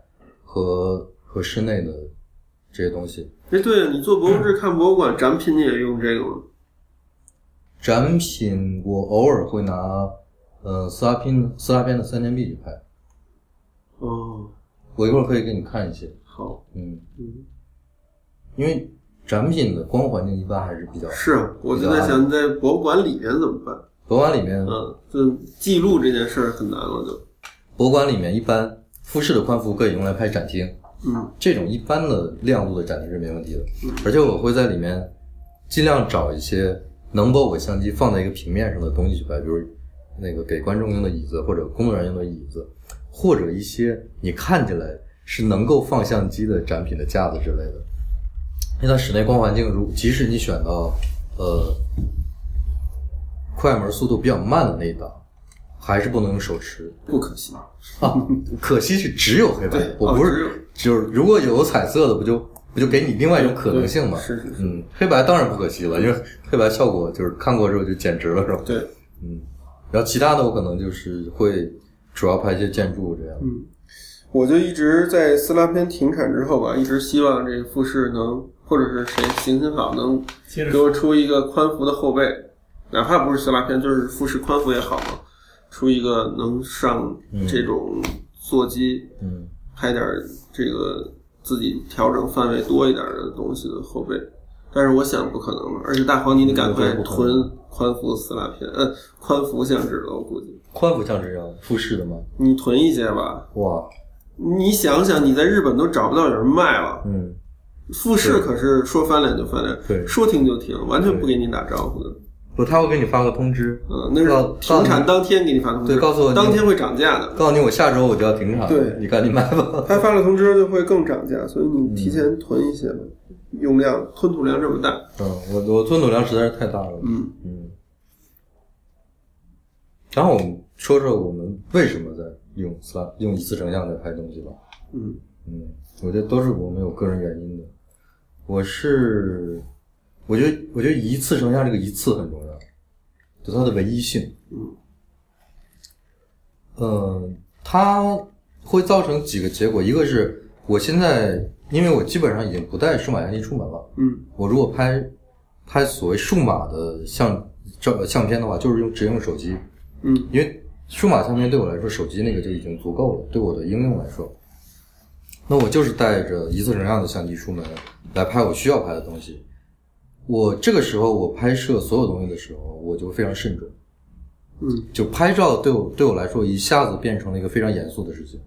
和和室内的这些东西。
哎，对你做博物志、看博物馆展品，你也用这个吗？
展品我偶尔会拿呃斯拉宾斯拉边的三千 B 去拍，
哦，
我一会儿可以给你看一些。
好，
嗯，
嗯，
因为展品的光环境一般还是比较
是啊，我就在想在博物馆里面怎么办？
博物馆里面，
嗯，就记录这件事儿很难了，就，
博物馆里面一般复式的宽幅可以用来拍展厅，
嗯
这种一般的亮度的展厅是没问题的。而且我会在里面尽量找一些能把我相机放在一个平面上的东西去拍，比如那个给观众用的椅子，或者工作人员用的椅子，或者一些你看起来是能够放相机的展品的架子之类的。因为它室内光环境，如即使你选到呃快门速度比较慢的那一档，还是不能用手持。
不可惜，
啊，可惜是只有黑
对
白的，我不
哦只有
是就是如果有彩色的，不就不就给你另外一种可能性吗？
对是是是
嗯，黑白当然不可惜了，因为黑白效果就是看过之后就简直了，是吧？
对，
嗯，然后其他的我可能就是会主要拍一些建筑这样。
嗯，我就一直在斯拉篇停产之后吧，一直希望这富士能，或者是谁行行好能
接
给
着说，
我出一个宽幅的后背，哪怕不是斯拉篇，就是富士宽幅也好嘛，出一个能上这种座机，
嗯，
拍点儿这个自己调整范围多一点儿的东西的后背。但是我想不可能了，而且大黄你得赶快
嗯对不可能
囤宽幅斯拉片，呃，宽幅相纸了，我估计
宽幅像这样复式的吗？
你囤一些吧。
哇，
你想想，你在日本都找不到有人卖了，
嗯，
富士可是说翻脸就翻
对
脸，说停就停，完全不给你打招呼的。
不，他会给你发个通知，
嗯，那是
告
停产当天给你发通知，
对告诉我你
当天会涨价的。
告诉你我下周我就要停产，
对
你赶紧买吧。
他发了通知就会更涨价，所以你提前囤一些吧，用量吞吐量这么大，
嗯，我我吞吐量实在是太大了。
嗯
嗯。然后我们说说我们为什么在用 s l 用一次成像在拍东西吧。
嗯
嗯，我觉得都是我们有个人原因的。我是，我觉得我觉得一次成像这个一次很重要，就它的唯一性。
嗯
嗯，它会造成几个结果，一个是我现在因为我基本上已经不带数码相机出门了。
嗯
我如果拍拍所谓数码的相照相片的话，就是用只用手机，
嗯
因为数码相片对我来说，手机那个就已经足够了，对我的应用来说。那我就是带着一次成像的相机出门来拍我需要拍的东西。我这个时候我拍摄所有东西的时候，我就非常慎重。
嗯，
就拍照对我对我来说，一下子变成了一个非常严肃的事情。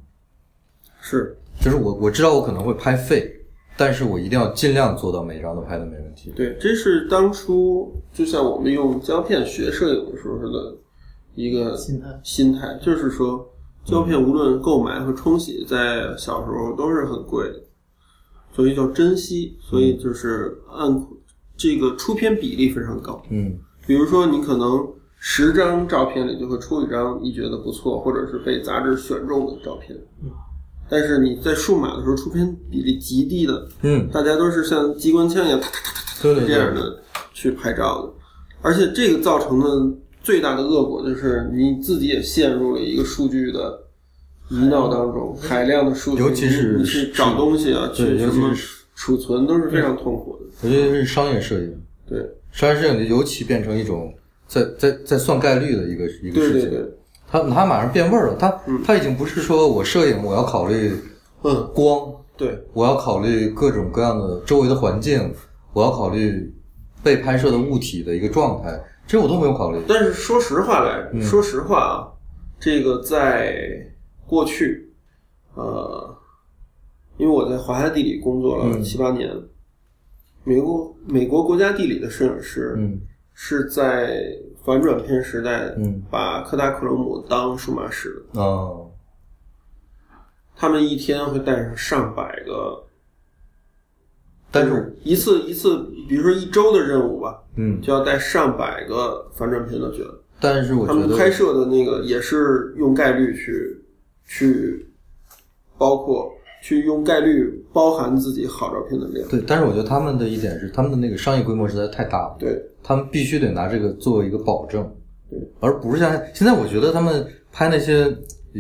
是
就是我我知道我可能会拍废，但是我一定要尽量做到每张都拍的没问题。
对，这是当初就像我们用胶片学摄影的时候的一个
心态
心态，就是说胶片无论购买和冲洗，在小时候都是很贵的，所以叫珍惜，所以就是按这个出片比例非常高。
嗯
比如说，你可能十张照片里就会出一张你觉得不错，或者是被杂志选中的照片。但是你在数码的时候，出片比例极低的，
嗯，
大家都是像机关枪一样，哒哒哒哒
对对
哒
对，
这样的去拍照的。而且这个造成的最大的恶果就是你自己也陷入了一个数据的泥淖当中，海量的数据，
尤其是
你去找东西啊，
对
去
尤
什
其
么
是
储存都是非常痛苦的。
我觉得是商业摄影，
对
商业摄影就尤其变成一种在在在算概率的一个一个
对
事
对嗯
情。
对，
它它马上变味儿了，它、它已经不是说我摄影我要考虑
嗯，
光，
对
我要考虑各种各样的周围的环境，我要考虑被拍摄的物体的一个状态，这我都没有考虑。
但是说实话来，
嗯
说实话啊，这个在过去，呃，因为我在华夏地理工作
嗯
了七八年，美国美国国家地理的摄影师，
嗯
是在反转片时代，
嗯
把科达克罗姆当数码使的，
啊、
他们一天会带上上百个，
但是
一次一次，比如说一周的任务吧，
嗯，
就要带上百个反转片的卷。
但是我
他
觉
们拍
得
摄的那个也是用概率去去包括去用概率包含自己好照片的量。
对，但是我觉得他们的一点是他们的那个商业规模实在太大了。
对
他们必须得拿这个作为一个保证
对，
而不是像现在我觉得他们拍那些，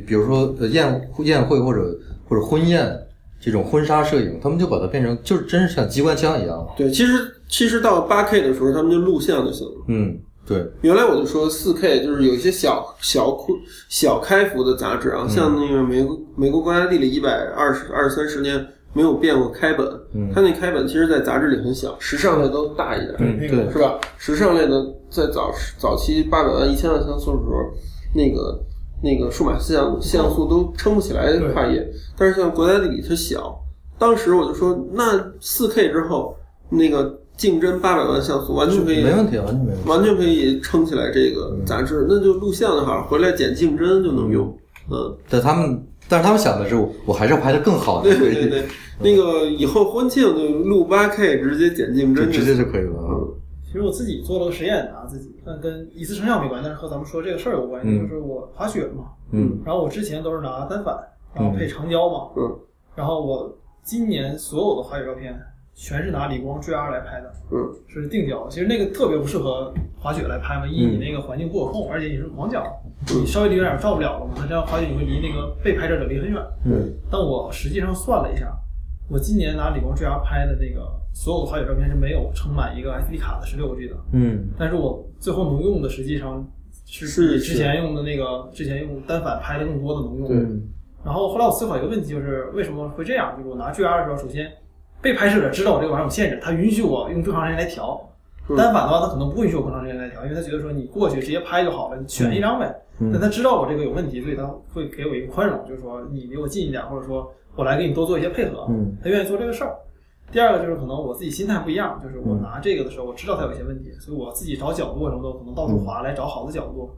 比如说呃宴宴会或者或者婚宴这种婚纱摄影，他们就把它变成就是真是像机关枪一样了。
对，其实其实到八 K 的时候，他们就录像就行了。
嗯，对，
原来我就说四 K 就是有一些小小库小开幅的杂志
嗯
啊，像那个美国美国国家地理一百二十二三十年没有变过开本，它那开本其实在杂志里很小，时尚类都大一点，
嗯对
是吧？时尚类的在早早期八百万一千万像素的时候，那个那个数码像像素都撑不起来
对
跨页，但是像国家地理它小，当时我就说那四 K 之后那个竞争八百万像素完全可以
没问题，完全没问题。
完全可以撑起来这个杂志，那就录像的话，回来剪竞争就能用。嗯，
但他们，但是他们想的是，我我还是要拍的更好的，
对对对，对，那个以后婚庆就录八 K 直接剪竞
就
争就
直接就可以了啊。
其实我自己做了个实验啊，自己但跟一次成像没关，但是和咱们说这个事儿有关系，
嗯
就是我滑雪嘛，
嗯
然后我之前都是拿单反，然后配长焦嘛，
嗯
然后我今年所有的滑雪照片全是拿理光 GR 来拍的，
嗯
是定焦。其实那个特别不适合滑雪来拍嘛，一
嗯
你那个环境不可控，而且你是广角，
嗯
你稍微离远点儿照不了了嘛，那这样滑雪你会离那个被拍摄者离很远。
嗯
但我实际上算了一下，我今年拿理光 GR 拍的那个所有的滑雪照片是没有撑满一个 SD 卡的，十六个 G 的，
嗯
但是我最后能用的实际上是
是
比之前用的那个之前用单反拍的更多的能用的。
嗯
然后后来我思考一个问题，就是为什么会这样？就是我拿 GR 的时候，首先被拍摄者知道我这个玩意儿有限制，他允许我用更长时间来调。
嗯
单反的话，他可能不允许我更长时间来调，因为他觉得说你过去直接拍就好了，你选一张呗。
嗯
但他知道我这个有问题，所以他会给我一个宽容，就是说你离我近一点，或者说我来给你多做一些配合。
嗯
他愿意做这个事儿。第二个就是可能我自己心态不一样，就是
嗯
我拿这个的时候，我知道它有一些问题，所以我自己找角度什么的，我可能
嗯
到处滑来找好的角度。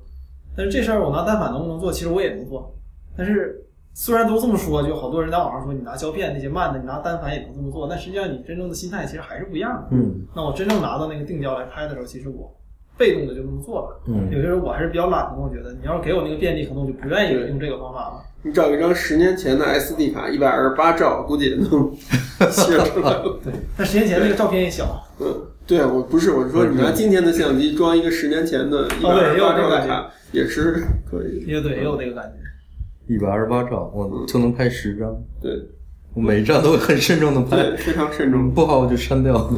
但是这事儿我拿单反能不能做，其实我也能做。但是虽然都这么说，就好多人在网上说你拿胶片那些慢的，你拿单反也能这么做，但实际上你真正的心态其实还是不一样的。
嗯
那我真正拿到那个定焦来拍的时候，其实我被动的就这么做了。
嗯
有些时候我还是比较懒的，我觉得你要是给我那个便利，可能我就不愿意用这个方法了。
你找一张十年前的 SD 卡，一百二十八兆，估计也能写出来。
对，但十年前那个照片也小，
嗯，对我不是我说你拿今天的相机装一个十年前的一百二
对
十
也有
八
这
兆
个
的
感觉
卡，也是可以。
也对，也有那个感觉。
一百二十八兆，我就能拍十张，
对
我每一张都会很慎重的拍，
对，非常慎重。
不好我就删掉。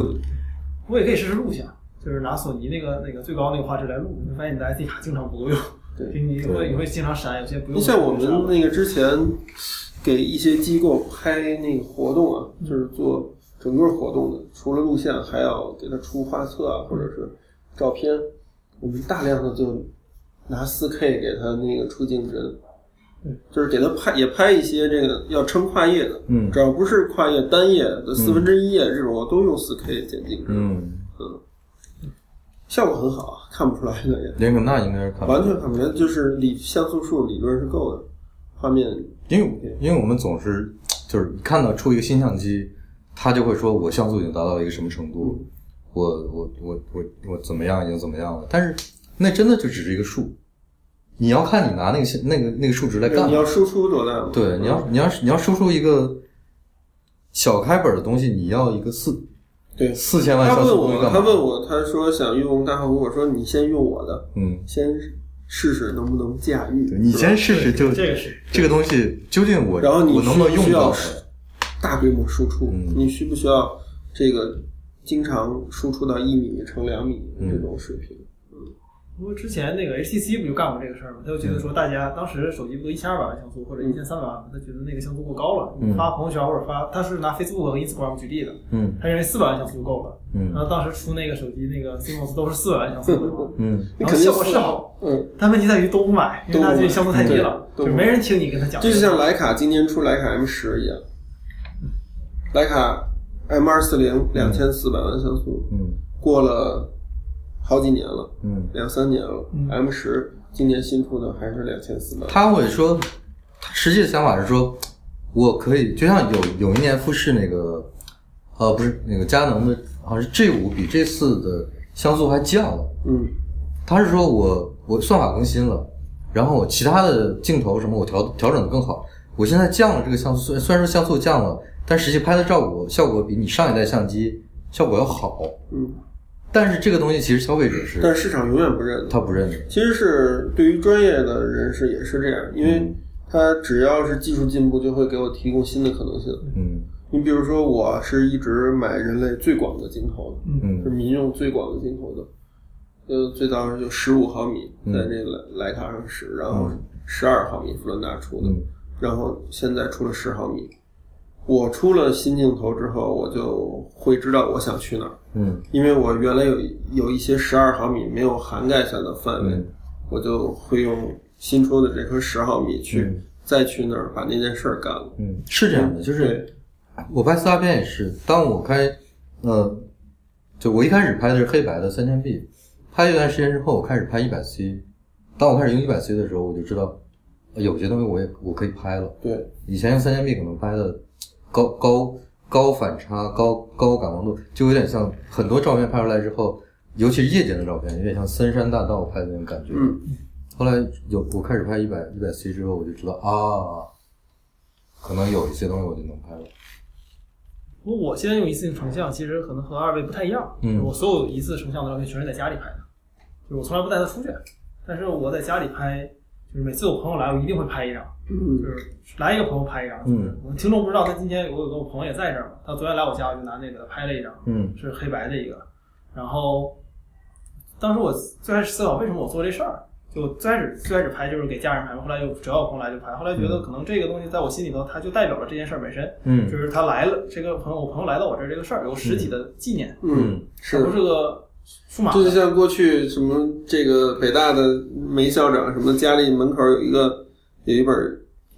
我也可以试试录像，就是拿索尼那个那个最高那个画质来录，你会发现你的 SD 卡经常不够用，
对
就你会
对
你会经常删，有些不
你
用。
像我们那个之前给一些机构拍那个活动啊，就是做整个活动的，除了录像，还要给他出画册啊，或者是照片。我们大量的就拿4 K 给他那个出竞争
嗯，
就是给他拍也拍一些这个要撑跨页的，
嗯
只要不是跨页单页的四分之一页这种，我都用4 K 剪辑，
嗯，
效果很好啊，看不出来的也
连耿娜应该是看不
完全看不出来，就是理像素数理论是够的，画面
因为因为我们总是就是看到出一个新相机，他就会说我像素已经达到一个什么程度，
嗯
我我我我我怎么样已经怎么样了，但是那真的就只是一个数，你要看你拿那个线那个那个数值来干
你
嘛，
要输出多大嘛？
对，你要你要你要输出一个小开本的东西，你要一个四
对。
四千万
他
像
问
素东西
我，
干
他
嘛？
问我，他说想用大画幅，我说你先用我的，
嗯，
先试试能不能驾驭。
对你
是吧
先试试就
这个是
这个东西究竟我
然后你
我能不能
需
用
需要
到？
大规模输出，
嗯
你需不需要这个经常输出到一米乘两米这种水平？
不过之前那个 HTC 不就干过这个事儿吗？他就觉得说大家当时手机不都一千二百万像素或者一千三百万吗，他觉得那个像素过高了，
嗯
你发朋友圈或者发，他是拿 Facebook 和 Instagram 举例的，
嗯
他认为四百万像素就够了。
嗯
然后当时出那个手机那个 CMOS 都是四百万像素 的嘛，
嗯
你
然
肯定
后效果是好，
嗯，
但问题在于都不买，因为大家觉得像素太低了，
都
就
不买对都不买
没人听你跟他讲。
这就像徕卡今年出徕卡 M 十一样，徕卡 M 二四零两千四百万像素，
嗯
过了好几年了，
嗯，
两三年了，M 十今年新出的还是两千四百。
他会说，他实际的想法是说，我可以就像有有一年富士那个，呃，不是那个佳能的，好像是 G 五比这次的像素还降了。
嗯，
他是说我我算法更新了，然后我其他的镜头什么我调调整的更好。我现在降了这个像素，虽虽然说像素降了，但实际拍的照果效果比你上一代相机效果要好。
嗯，
但是这个东西其实消费者是
但市场永远不认的。
他不认的，
其实是对于专业的人士也是这样，因为他只要是技术进步，就会给我提供新的可能性。
嗯
你比如说，我是一直买人类最广的镜头的，
嗯
是民用最广的镜头的。呃，最早是就十五毫米
嗯
在这个莱卡上使，然后十二毫米弗兰达出的，
嗯
然后现在出了十毫米。我出了新镜头之后，我就会知道我想去哪儿，
嗯
因为我原来有有一些十二毫米没有涵盖下的范围，
嗯
我就会用新出的这颗十毫米去、
嗯
再去那儿把那件事儿干了。
嗯，是这样的，就是
对
我拍四大片也是，当我开，呃，就我一开始拍的是黑白的三千 P，拍一段时间之后，我开始拍一百 C。当我开始用一百 C 的时候，我就知道呃有些东西我也我可以拍了。
对，
以前用三千 P 可能拍的高高高反差、高高感光度，就有点像很多照片拍出来之后，尤其是夜间的照片，有点像森山大道拍的那种感觉。
嗯。
后来有我开始拍一百一百 C 之后，我就知道啊，可能有一些东西我就能拍了。
不过我现在用一次性成像，其实可能和二位不太一样。
嗯
就是我所有一次成像的照片全是在家里拍的，就是我从来不带它出去。但是我在家里拍，就是每次我朋友来，我一定会拍一张，就
嗯
是来一个朋友拍一张。就是我听众不知道，他今天我有个我朋友也在这儿嘛，他昨天来我家，我就拿那个拍了一张，
嗯
是黑白的一个。然后当时我最开始思考，为什么我做这事儿？就最开始最开始拍就是给家人拍嘛，后来又只要我朋友来就拍，后来觉
嗯
得可能这个东西在我心里头，它就代表了这件事儿本身。
嗯
就是他来了，这个朋友，我朋友来到我这儿这个事儿有实体的纪念，
嗯，
它
是
不。是个数码
就
的。
是像过去什么这个北大的梅校长什么，家里门口有一个有一本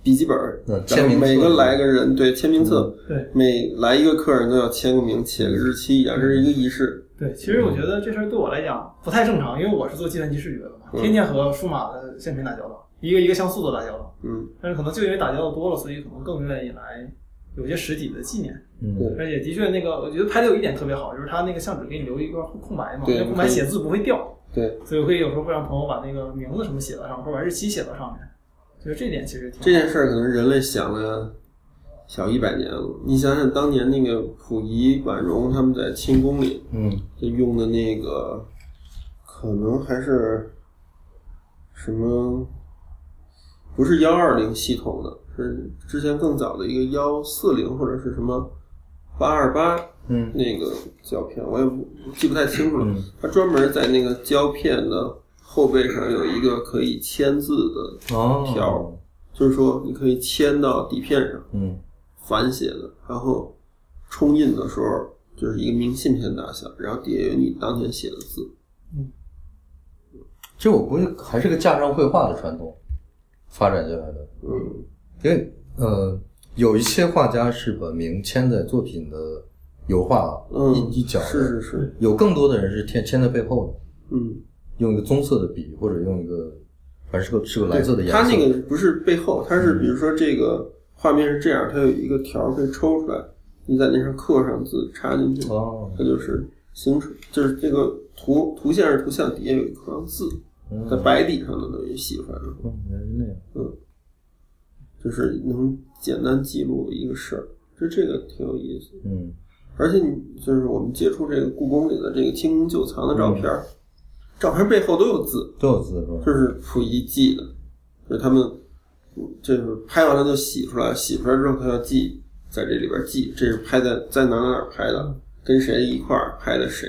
笔记本，
嗯
然
签
后
名册嗯
每个来个人对签名册，
对
每来一个客人都要签个名，写个日期一样，这是一个仪式。
对，其实我觉得这事儿对我来讲不太正常，因为我是做计算机视觉的嘛，
嗯
天天和数码的线片打交道，一个一个像素的打交道。
嗯，
但是可能就因为打交道多了，所以可能更愿意来有些实体的纪念。
嗯
而且的确，那个我觉得拍的有一点特别好，就是它那个相纸给你留一段空白嘛，
对
那空白写字不会掉，
对，
所以我可以有时候会让朋友把那个名字什么写到上面，或者把日期写到上面。就是这点其实挺好
这件事儿可能人类想了小一百年了。你想想当年那个溥仪、婉容他们在清宫里，
嗯
就用的那个，可能还是什么，不是幺二零系统的，是之前更早的一个幺四零或者是什么八二八
嗯
那个胶片，我也不记不太清楚了。它专门在那个胶片的后背上有一个可以签字的，
哦
条就是说你可以签到底片上，
嗯
反写的，然后冲印的时候就是一个明信片大小，然后底下有你当天写的字。
这我估计还是个架上绘画的传统发展下来的，
嗯
因为呃有一些画家是把名签在作品的油画
嗯，
一一角的，
是是是，
有更多的人是签签在背后的，
嗯，
用一个棕色的笔或者用一个反正是个是个蓝色的颜色，嗯
它那个不是背后，它是比如说这个画面是这样，它有一个条儿可以抽出来，你在那上刻上字，插进去，
哦
它就是形成，就是这个图图像是图像，底下有一行字，
嗯
在白底上的等于写出来了，
哦原来是那样，
就是能简单记录一个事儿，就这个挺有意思。
嗯
而且你就是我们接触这个故宫里的这个清宫旧藏的
嗯
照片儿，照片背后都有字，
都有字是吧？
就是溥仪记的，就是他们就是拍完了就洗出来，洗出来之后他要记在这里边记，这是拍的在哪哪哪儿拍的，跟谁一块儿拍的谁，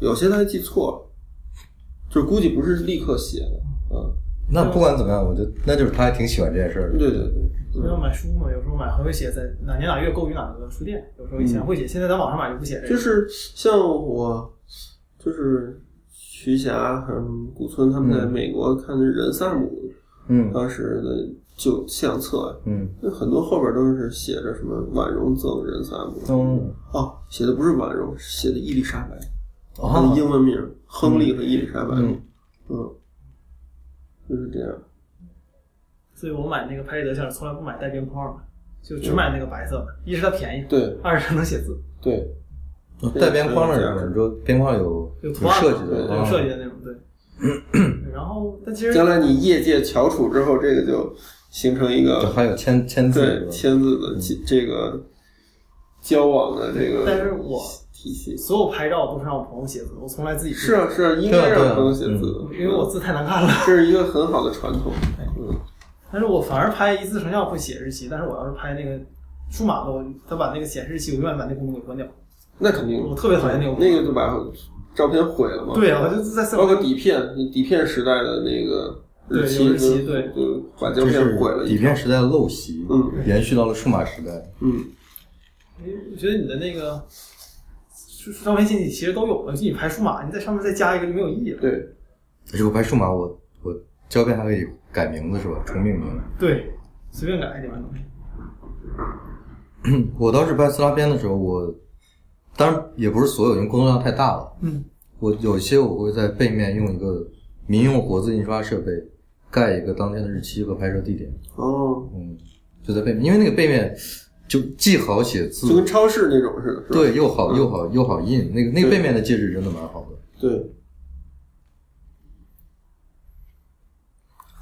有些他还记错了，就是估计不是立刻写的，啊，
那不管怎么样，我觉得那就是他还挺喜欢这件事儿的，
对对对，
所以要买书嘛，有时候买还会写在哪年哪月购于哪个书店，有时候以前会写，现在在网上买就不写这个。
嗯就是像我，就是徐霞还有古村他们在美国看的人萨姆
嗯
当时的旧相册，
嗯
那很多后边都是写着什么婉容赠人萨姆，
嗯
哦，写的不是婉容，是写的伊丽莎白，她
哦
的英文名亨利和伊丽莎白，
嗯
嗯，就是这样，
所以我买那个拍立得相纸从来不买带边框的，就只买那个白色的，一是它便宜，
对
二是它能写字，
对，
带边框的是吧？你说边框有
有图
有
案
设计的，啊
对
有设计的那种，对。 然后，但其实
嗯将来你业界翘楚之后，这个就形成一
就
个
还有签签字
对
是吧？
签字的这这个交往的这个。
但是我
体系。
所有拍照都是让我朋友写字，我从来自己不
是啊是啊，应
对啊
该
对啊
让朋友写字的，
因为我字太难看了。
这是一个很好的传统。嗯，
但是我反而拍一次成像会写日期，但是我要是拍那个数码的，我他把那个显示日期，我永远把那功能给关掉。
那肯定，
我特别讨厌那种
嗯那个就把照片毁了嘛。
对啊，我就在思
包
考
括底片，你底片时代的那个
对
期嗯
有日期
就
对
就把胶
这
片
是
毁了一
底
条。
片时代的陋习，
嗯
延续到了数码时代。
嗯，
我觉得你的那个照片信息其实都有了，就你拍数码，你在上面再加一个就没有意义了。
对，
而且我拍数码，我我胶片还可以改名字是吧？重命名。
对，随便改里面东西。
嗯我当时拍撕拉片的时候，我当然也不是所有，因为工作量太大了。
嗯，
我有一些我会在背面用一个民用活字印刷设备盖一个当天的日期和拍摄地点，
哦，
嗯，就在背面，因为那个背面就既好写字
就，跟嗯超市那种似的，是吧？
对，又好又好又好印。那个那个背面的介质真的蛮好的。
对。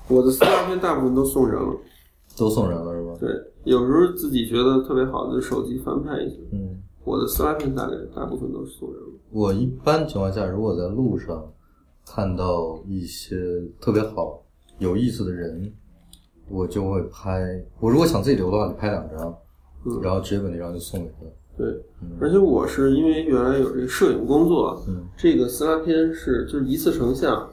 我的四大片大部分都送人了，
都送人了是吧？
对，有时候自己觉得特别好的，就手机翻拍一下。
嗯，
我的撕拉片大概大部分都是送人了，
我一般情况下，如果在路上看到一些特别好、有意思的人，我就会拍。我如果想自己留的话，就拍两张，
嗯
然后直接把那张就送给他。
对，
嗯
而且我是因为原来有这个摄影工作，
嗯
这个撕拉片是就是一次成像，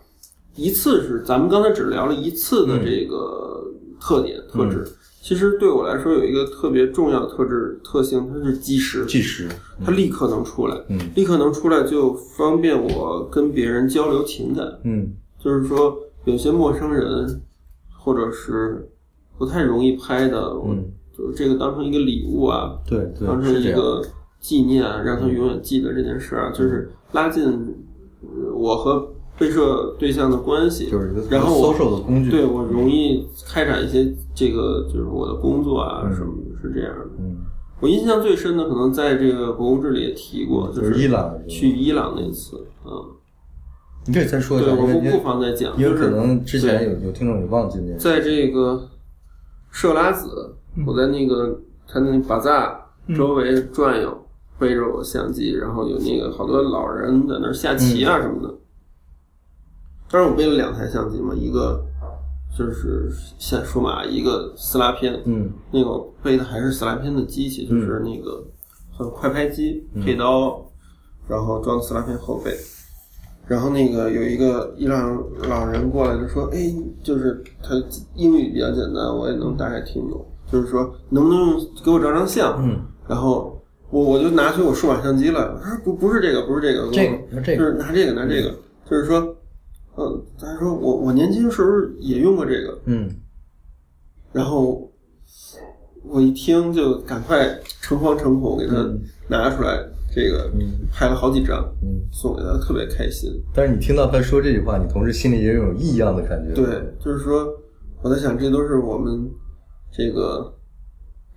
一次是咱们刚才只聊了一次的这个特点、特质。
嗯
其实对我来说有一个特别重要的特质特性，它是即时，
计时，
它立刻能出来，
嗯
立刻能出来就方便我跟别人交流情感。
嗯
就是说有些陌生人或者是不太容易拍的，我
嗯，
就这个当成一个礼物啊，
对
当成
对，是这
一
样。嗯
个纪念啊，让他永远记得这件事啊，就是拉近呃我和被摄对象的关系，
就是一个
然后我
social 的工具。
对我容易开展一些这个就是我的工作啊
嗯
什么的，是这样的。
嗯，
我印象最深的可能在这个博物志里也提过，就
就是伊
是
朗的这个
去伊朗那次，嗯，
你可以再说一
对，
下，
我
因
不
为
不
因
妨再讲，
为
就
可
是
能之前
对
有有听众也忘记那个。
在这个设拉子，
嗯
嗯
我在那个他那巴扎周围转悠，背着我相机，然后有那个好多老人在那儿下棋啊什么的。当然我背了两台相机嘛，一个就是像数码，一个撕拉片。
嗯
那个我背的还是撕拉片的机器，就是那个算快拍机，配刀，然后装撕拉片后背。然后那个有一个伊朗老人过来就说：“哎，就是他英语比较简单，我也能大概听懂。就是说能不能用给我照张相？”
嗯，
然后我我就拿出我数码相机来了，他说：“不不是这个，不是这个，
嗯这
我
个这
就
个
嗯是拿这个拿这个。”就是说，呃，他说我我年轻时候也用过这个，
嗯
然后我一听就赶快诚惶诚恐给他拿出来，这个拍了好几张，
嗯。
送给他，特别开心。
但是你听到他说这句话，你同时心里也有种异样的感觉。
对，就是说我在想，这都是我们这个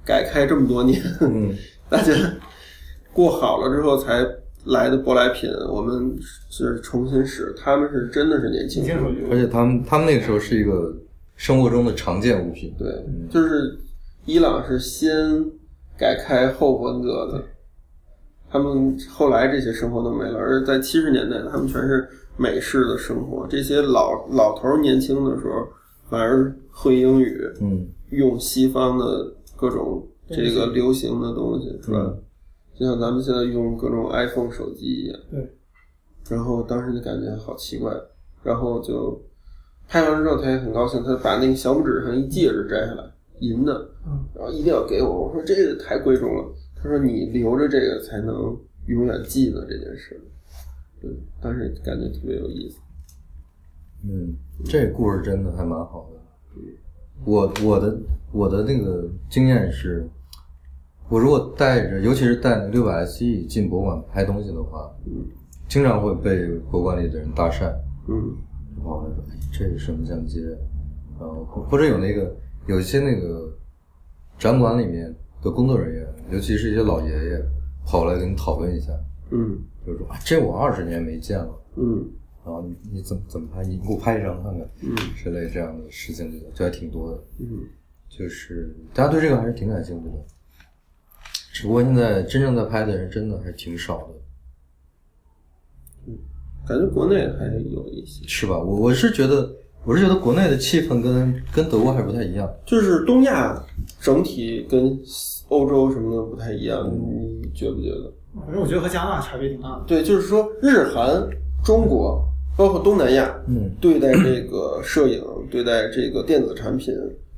改开这么多年，
嗯，
大家过好了之后才来的舶来品，我们是重新使，他们是真的是年轻
年轻时候
人，
而且他们他们那个时候是一个生活中的常见物品。
对，
嗯
就是伊朗是先改开后文革的，他们后来这些生活都没了，而在七十年代，他们全是美式的生活。这些老老头儿年轻的时候，反而会英语，
嗯
用西方的各种这个流行的东西，是吧？就像咱们现在用各种 iPhone 手机一样。
对。
然后当时就感觉好奇怪，然后就拍完之后他也很高兴，他把那个小拇指上一戒指摘下来，银的
嗯，
然后一定要给我。我说这个太贵重了，他说你留着这个才能永远记得这件事。对，当时感觉特别有意思。
嗯，这故事真的还蛮好的。我我的我的那个经验是，我如果带着，尤其是带六百 SE 进博物馆拍东西的话，经常会被博物馆里的人搭讪。
嗯
然后我就说：“哎，这是什么相机？”然后或或者有那个有一些那个展馆里面的工作人员，尤其是一些老爷爷，跑来跟你讨论一下，
嗯
就是说：“啊，这我二十年没见了，
嗯
然后你你怎么怎么拍？你给我拍一张看看。”
嗯
之类这样的事情就就还挺多的，
嗯
就是大家对这个还是挺感兴趣的。只不过现在真正在拍的人真的还挺少的，
感觉国内还有一些，
是吧？我我是觉得，我是觉得国内的气氛跟跟德国还不太一样。
就是东亚整体跟欧洲什么的不太一样，
嗯
你觉不觉得？
反正我觉得和加拿大差别挺大的。
对，就是说日韩、中国，包括东南亚，
嗯，
对待这个摄影、对待这个电子产品、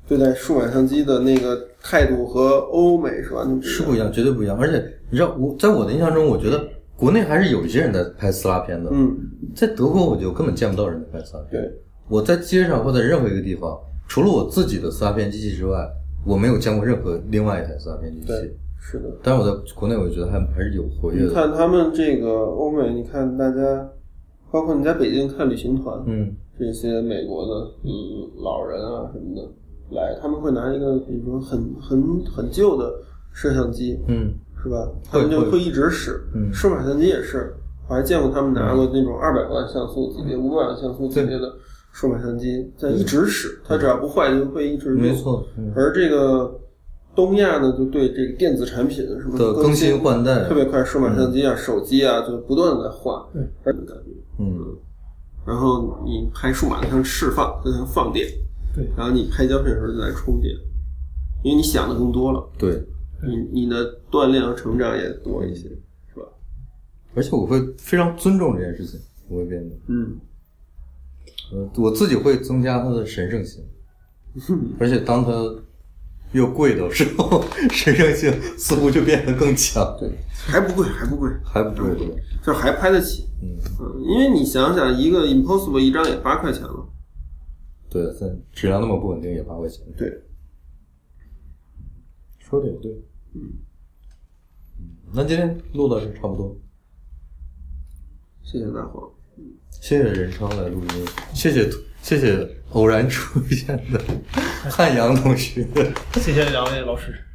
对待数码相机的那个态度和欧美是完全不一样。
是不一样，绝对不一样。而且你知道，我在我的印象中，我觉得国内还是有一些人在拍撕拉片的，
嗯，
在德国我就根本见不到人在拍撕拉片。
对，
我在街上或者任何一个地方，除了我自己的撕拉片机器之外，我没有见过任何另外一台撕拉片机器
对。是的。
但是我在国内，我觉得还还是有活跃
你
的。
看他们这个欧美，你看大家，包括你在北京看旅行团，
嗯，
这些美国的嗯老人啊什么的来，他们会拿一个比如说很很很旧的摄像机，
嗯，
是吧？他
会
们就
会
会一直使
嗯。
数码相机也是，我还见过他们拿过那种二百万像素
嗯
级别、五百万像素级别的数码相机，在一直使，它只要不坏就会一直用
没。错，嗯
而这个东亚呢，就对这个电子产品什么
的
更
更新换嗯代啊
特，别快，数码相机啊、手机啊，就不断的在换，
对
而感觉。
嗯，
然后你拍数码就像释放，就像放电，
对
然后你拍胶片的时候就在充电，因为你想的更多了，
对。
你你的锻炼和成长也多一些，是吧？
而且我会非常尊重这件事情，我会变得，
嗯，
呃，我自己会增加它的神圣 性，而且当它越贵的时候， 神圣性似乎就变得更强，
对，还不贵，还不贵，
还不贵对吧？
就是还拍得起。
嗯，
嗯，因为你想想，一个 Impossible 一张也八块钱了，
对，但质量那么不稳定也八块钱，嗯
对，
说的也对，嗯，那今天录到这儿差不多，
谢谢大黄，
谢谢任超来录音，谢谢谢 谢偶然出现的汉阳同学。
谢谢两位老师。